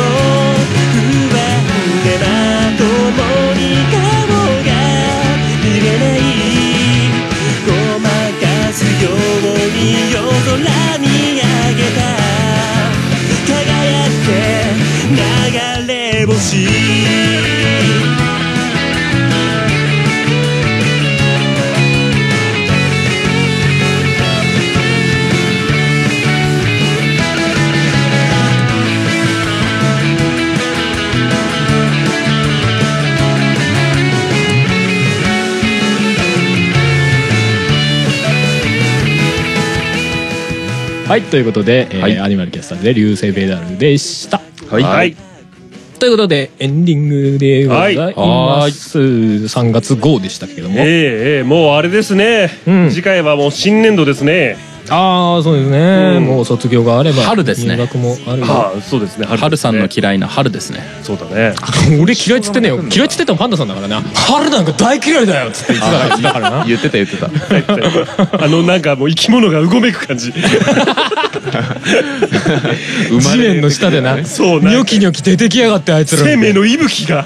不安でまともに顔が見れないごまかすように夜空見上げた輝って流れ星
はいということで、えー
はい
アニマルキャスターズで流星ペダルでした
はい
はい。
ということでエンディングでございます、3月号でしたけども、
ええええもうあれですね、
うん
次回はもう新年度ですね。
ああそうですね、
うん
もう卒業があれば
春ですね
入学もあるよ
はあ、そうですね。春
春
です
さ
ね
んの嫌いな春ですね
そうだね。
俺嫌いっつってねえよ嫌いっつってたのパンダさんだからな春なんか大嫌いだよっつって言ってたから言ってたからな
言ってた言ってた
あのなんかもう生き物がうごめく感じ。
地面の下でな
そうなんか
ニョキニョキ出てきやがってあいつら
生命の息吹が。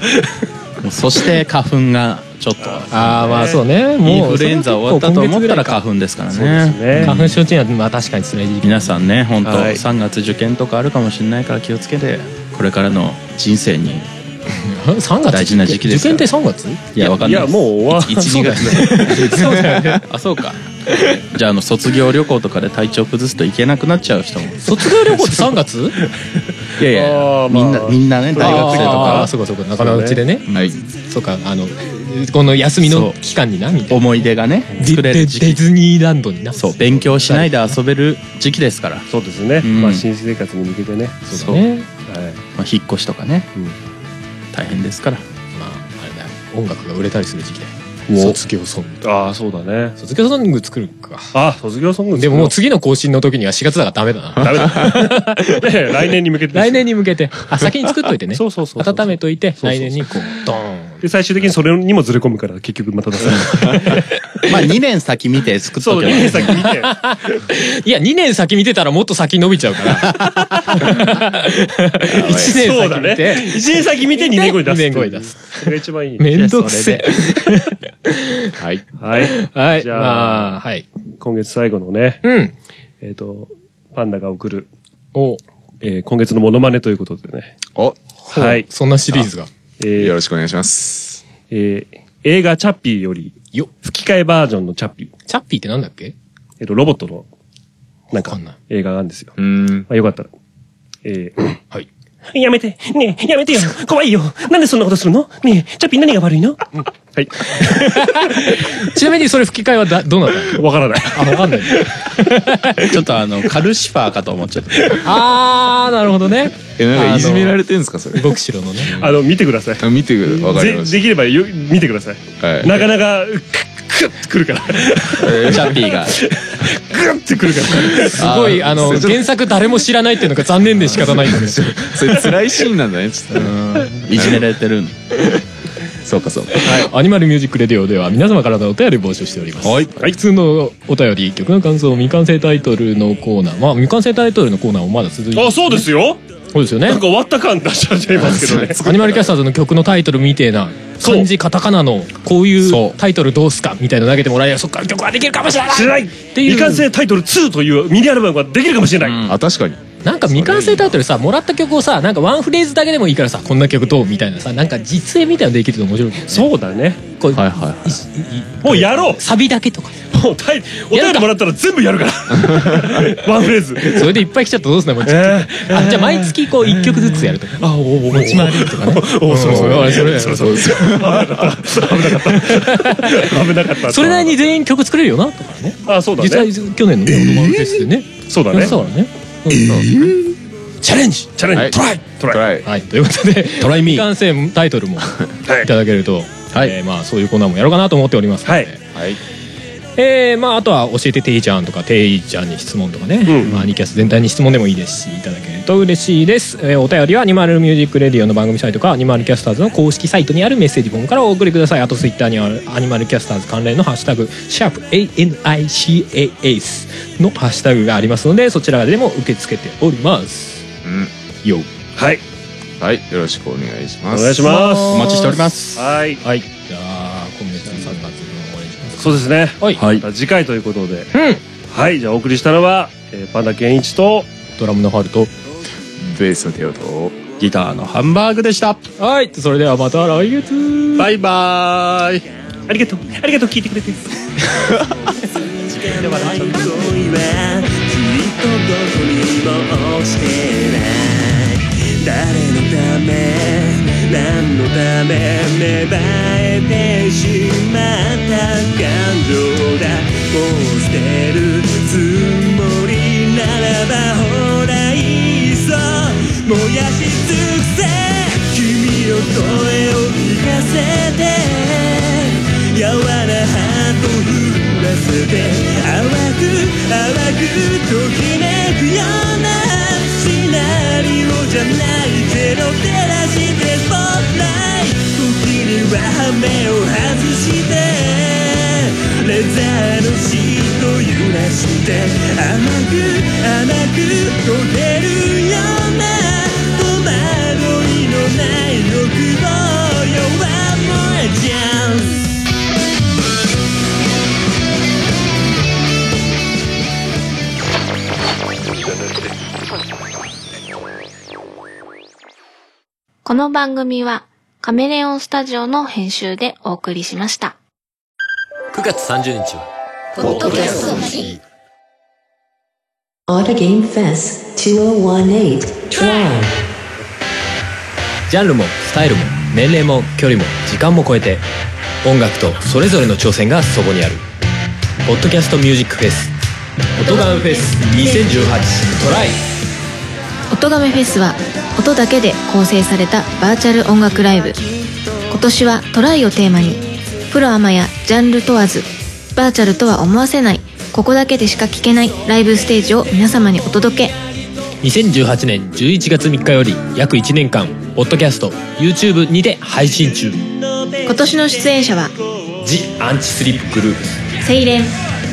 もうそして花粉がちょっと
ああまあそうねもう
インフルエンザ終わったと思ったら花粉ですからね
ね
花粉症中にはまあ確かに辛い時期
皆さんね本当、
はい
3月受験とかあるかもしれないから気をつけてこれからの人生に
3月
大事な時期です
受
から
験って3月
いやわかん
い
ない
や
です
もう終わ
12月あ そうかじゃああの卒業旅行とかで体調崩すといけなくなっちゃう人も
卒業旅行って3月
いやいや
あーま
み
あ
んなみんなね大学生と
あー
か
そうかそうか仲間内でね
はい
そうかあのこの休みの期間になみたいな
思い出がね
デ
作れ
デデ
る時期
ィズニーランドにな
そう勉強しないで遊べる時期ですから、
そうですね。
うん
まあ新生活に向けてね。
そうだね
はい。
まあ、引っ越しとかね、大変ですから
まああれだよ音楽が売れたりする時期だよ
お
卒業ソング
ああそうだね。
卒業ソング作るか
あ卒業ソング
でももう次の更新の時には4月だからダメだな
ダメだ。 ね来年に向けて。
来年に向けてあ先に作っといてね
そうそうそうそう
温めといて
うそう
来年にこうドーン
で最終的にそれにもずれ込むから結局また 出さない。
まあ2年先見て作っ
そ
と
う
け
2
ば
年先見て。
いや2年先見てたらもっと先伸びちゃうから1年
そう
先
だ
見
ね。
て
1年先見て2年後に出すっていう。
二年後に出す
それが一番いい。
めんどくせ
はい
はい。
え はい
じゃあ
まあはい
今月最後のね、
うん
えっ、と、パンダが送る、
お
えー今月のモノマネということでね。
お
はい。
そんなシリーズが
え
よ
ー
ろしくお願いします
えー映画チャッピーより、
よ
吹き替えバージョンのチャッピー。
チャッピーってなんだっけ
えっ、と、ロボットの、なん
わ
か
かんない、
映画があるんですよ。
うーん
まあ、よかったら。えー、
はい
やめてねえやめてよ怖いよなんでそんなことするのねえチャッピー何が悪いの
はい。
ちなみにそれ吹き替えはだどうなったの
わからない。
あわ かんない
ちょっとあのカルシファーかと思っちゃった
あーなるほど ね
えなんかいじめられてんですかそれ
極白のね
あの、見てください。
あ見てくるわかり
ぜ
ま
で
し
きればよ見てください。
たはい
なかなか、く、くってくるから。
チャッピーが
くってくるから。
すごいあの原作誰も知らないっていうのが残念で仕方ないんだけど
それ辛いシーンなんだねちょっと
いじめられてるの
そうかそうか
アニマルミュージックレディオでは皆様からのお便りを募集しております。
はい
普通のお便り、 曲の感想、未完成タイトルのコーナー。まあ、未完成タイトルのコーナーもまだ続いて
あ、そうですよ
そうですよね
なんか終わった感出しちゃいますけどね
アニマルキャスターズの曲のタイトルみてえな
そう
漢字カタカナのこういうタイトルどうすかみたいなの投げてもらえればそっから曲ができるかもしれない
知らない
ていう
未完成タイトル2というミニアルバムができるかもしれない、
あ確かに
なんか未完成タイトルさもらった曲をさなんかワンフレーズだけでもいいからさこんな曲どうみたいなさなんか実演みたいなのできると面白いけどね
そうだね
こう
はいはいはい
もうやろう
サビだけとか
もうタイお便りもらったら全部やるからワンフレーズ
それでいっぱい来ちゃったらどうすんのもうちょっと
えー
あじゃあ毎月こう1曲ずつやるとか
あおおお
持ち回りとかね
おお
うん
そうそう
あそれ
そうそう
ですよ
危なかった
それなりに全員曲作れるよなとかね
あそうだ
実
ね
際去年のね「モノマネフェス」でね
そうだ
やっ
ね
てたからねうんチャレンジ
チャレンジ、
はい
トライ
ト
トライ
ライ
はい、ということで「トライミー」未完成タイトルも
はい
いただけると、
はい
えーまあ、そういうコーナーもやろうかなと思っておりますので、
はい
はい
えーまあ、あとは教えてていちゃんとかていちゃんに質問とかね、
うん
まあ、アニキャス全体に質問でもいいですしいただけると嬉しいです、えーお便りはアニマルミュージックレディオの番組サイトかアニマルキャスターズの公式サイトにあるメッセージフォームからお送りくださいあとツイッターにあるアニマルキャスターズ関連のハッシュタグシャープ ANICAS のハッシュタグがありますのでそちらでも受け付けておりますよ
はい
はいよろしくお願いし
お
ます
願いします
お待ちしております
はい
はいじゃあ今月の3月の応援します
そうですね
はい、
はい
また次回ということで
うん
はいじゃあお送りしたのは、えー、パンダケンイチと
ドラムのハルト
ベースの手をと
ギターのハンバーグでした
はいそれではまた来月
バイバーイ
ありがとうありがとう聞いてくれて
恋はきっとどこにも落ちてない誰のため何のため芽生えてしまった感情だもう捨てるつもりならばほらいっそ燃やし尽くせ君の声を聞かせて柔らはと降らせて淡く淡くときめくようなシナリオじゃないゼロ照らしてスポットライト時には目を外してレザーのシート揺らして甘く甘く溶けるような戸惑いのない欲望よ One more chance
この番組はカメレオンスタジオの編集でお送りしました。
9月30日は
オーダゲームフェス2018トライ
ジャンルもスタイルも年齢も距離も時間も超えて音楽とそれぞれの挑戦がそこにある「ポッドキャストミュージックフェス」「音ガンフェス2018トライ」
音亀フェスは音だけで構成されたバーチャル音楽ライブ今年は「トライ」をテーマにプロアマやジャンル問わずバーチャルとは思わせないここだけでしか聴けないライブステージを皆様にお届け
2018年11月3日より約1年間ポッドキャスト YouTube にて配信中
今年の出演者は
「ジ・アンチスリップグループ
「セイレン」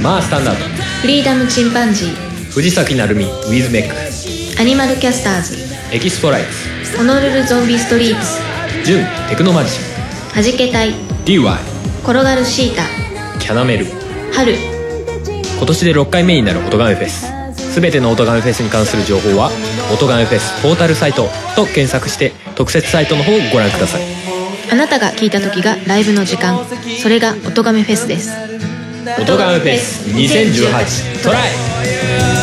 マースタンダード
「フリーダムチンパンジー
藤崎鳴海ウィズメック」
「アニマルキャスターズ」
エキスポライズ
「ホノルルゾンビストリートス
ジュンテクノマジシ」
「はじけたい」
ャン DY
「転がるシータ
キャナメル」
「春」
今年で6回目になる音ガメフェス全ての音ガメフェスに関する情報は「音ガメフェスポータルサイト」と検索して特設サイトの方をご覧ください
あなたが聴いた時がライブの時間それが音亀フェスです
「音ガメフェス2018トライ!」
「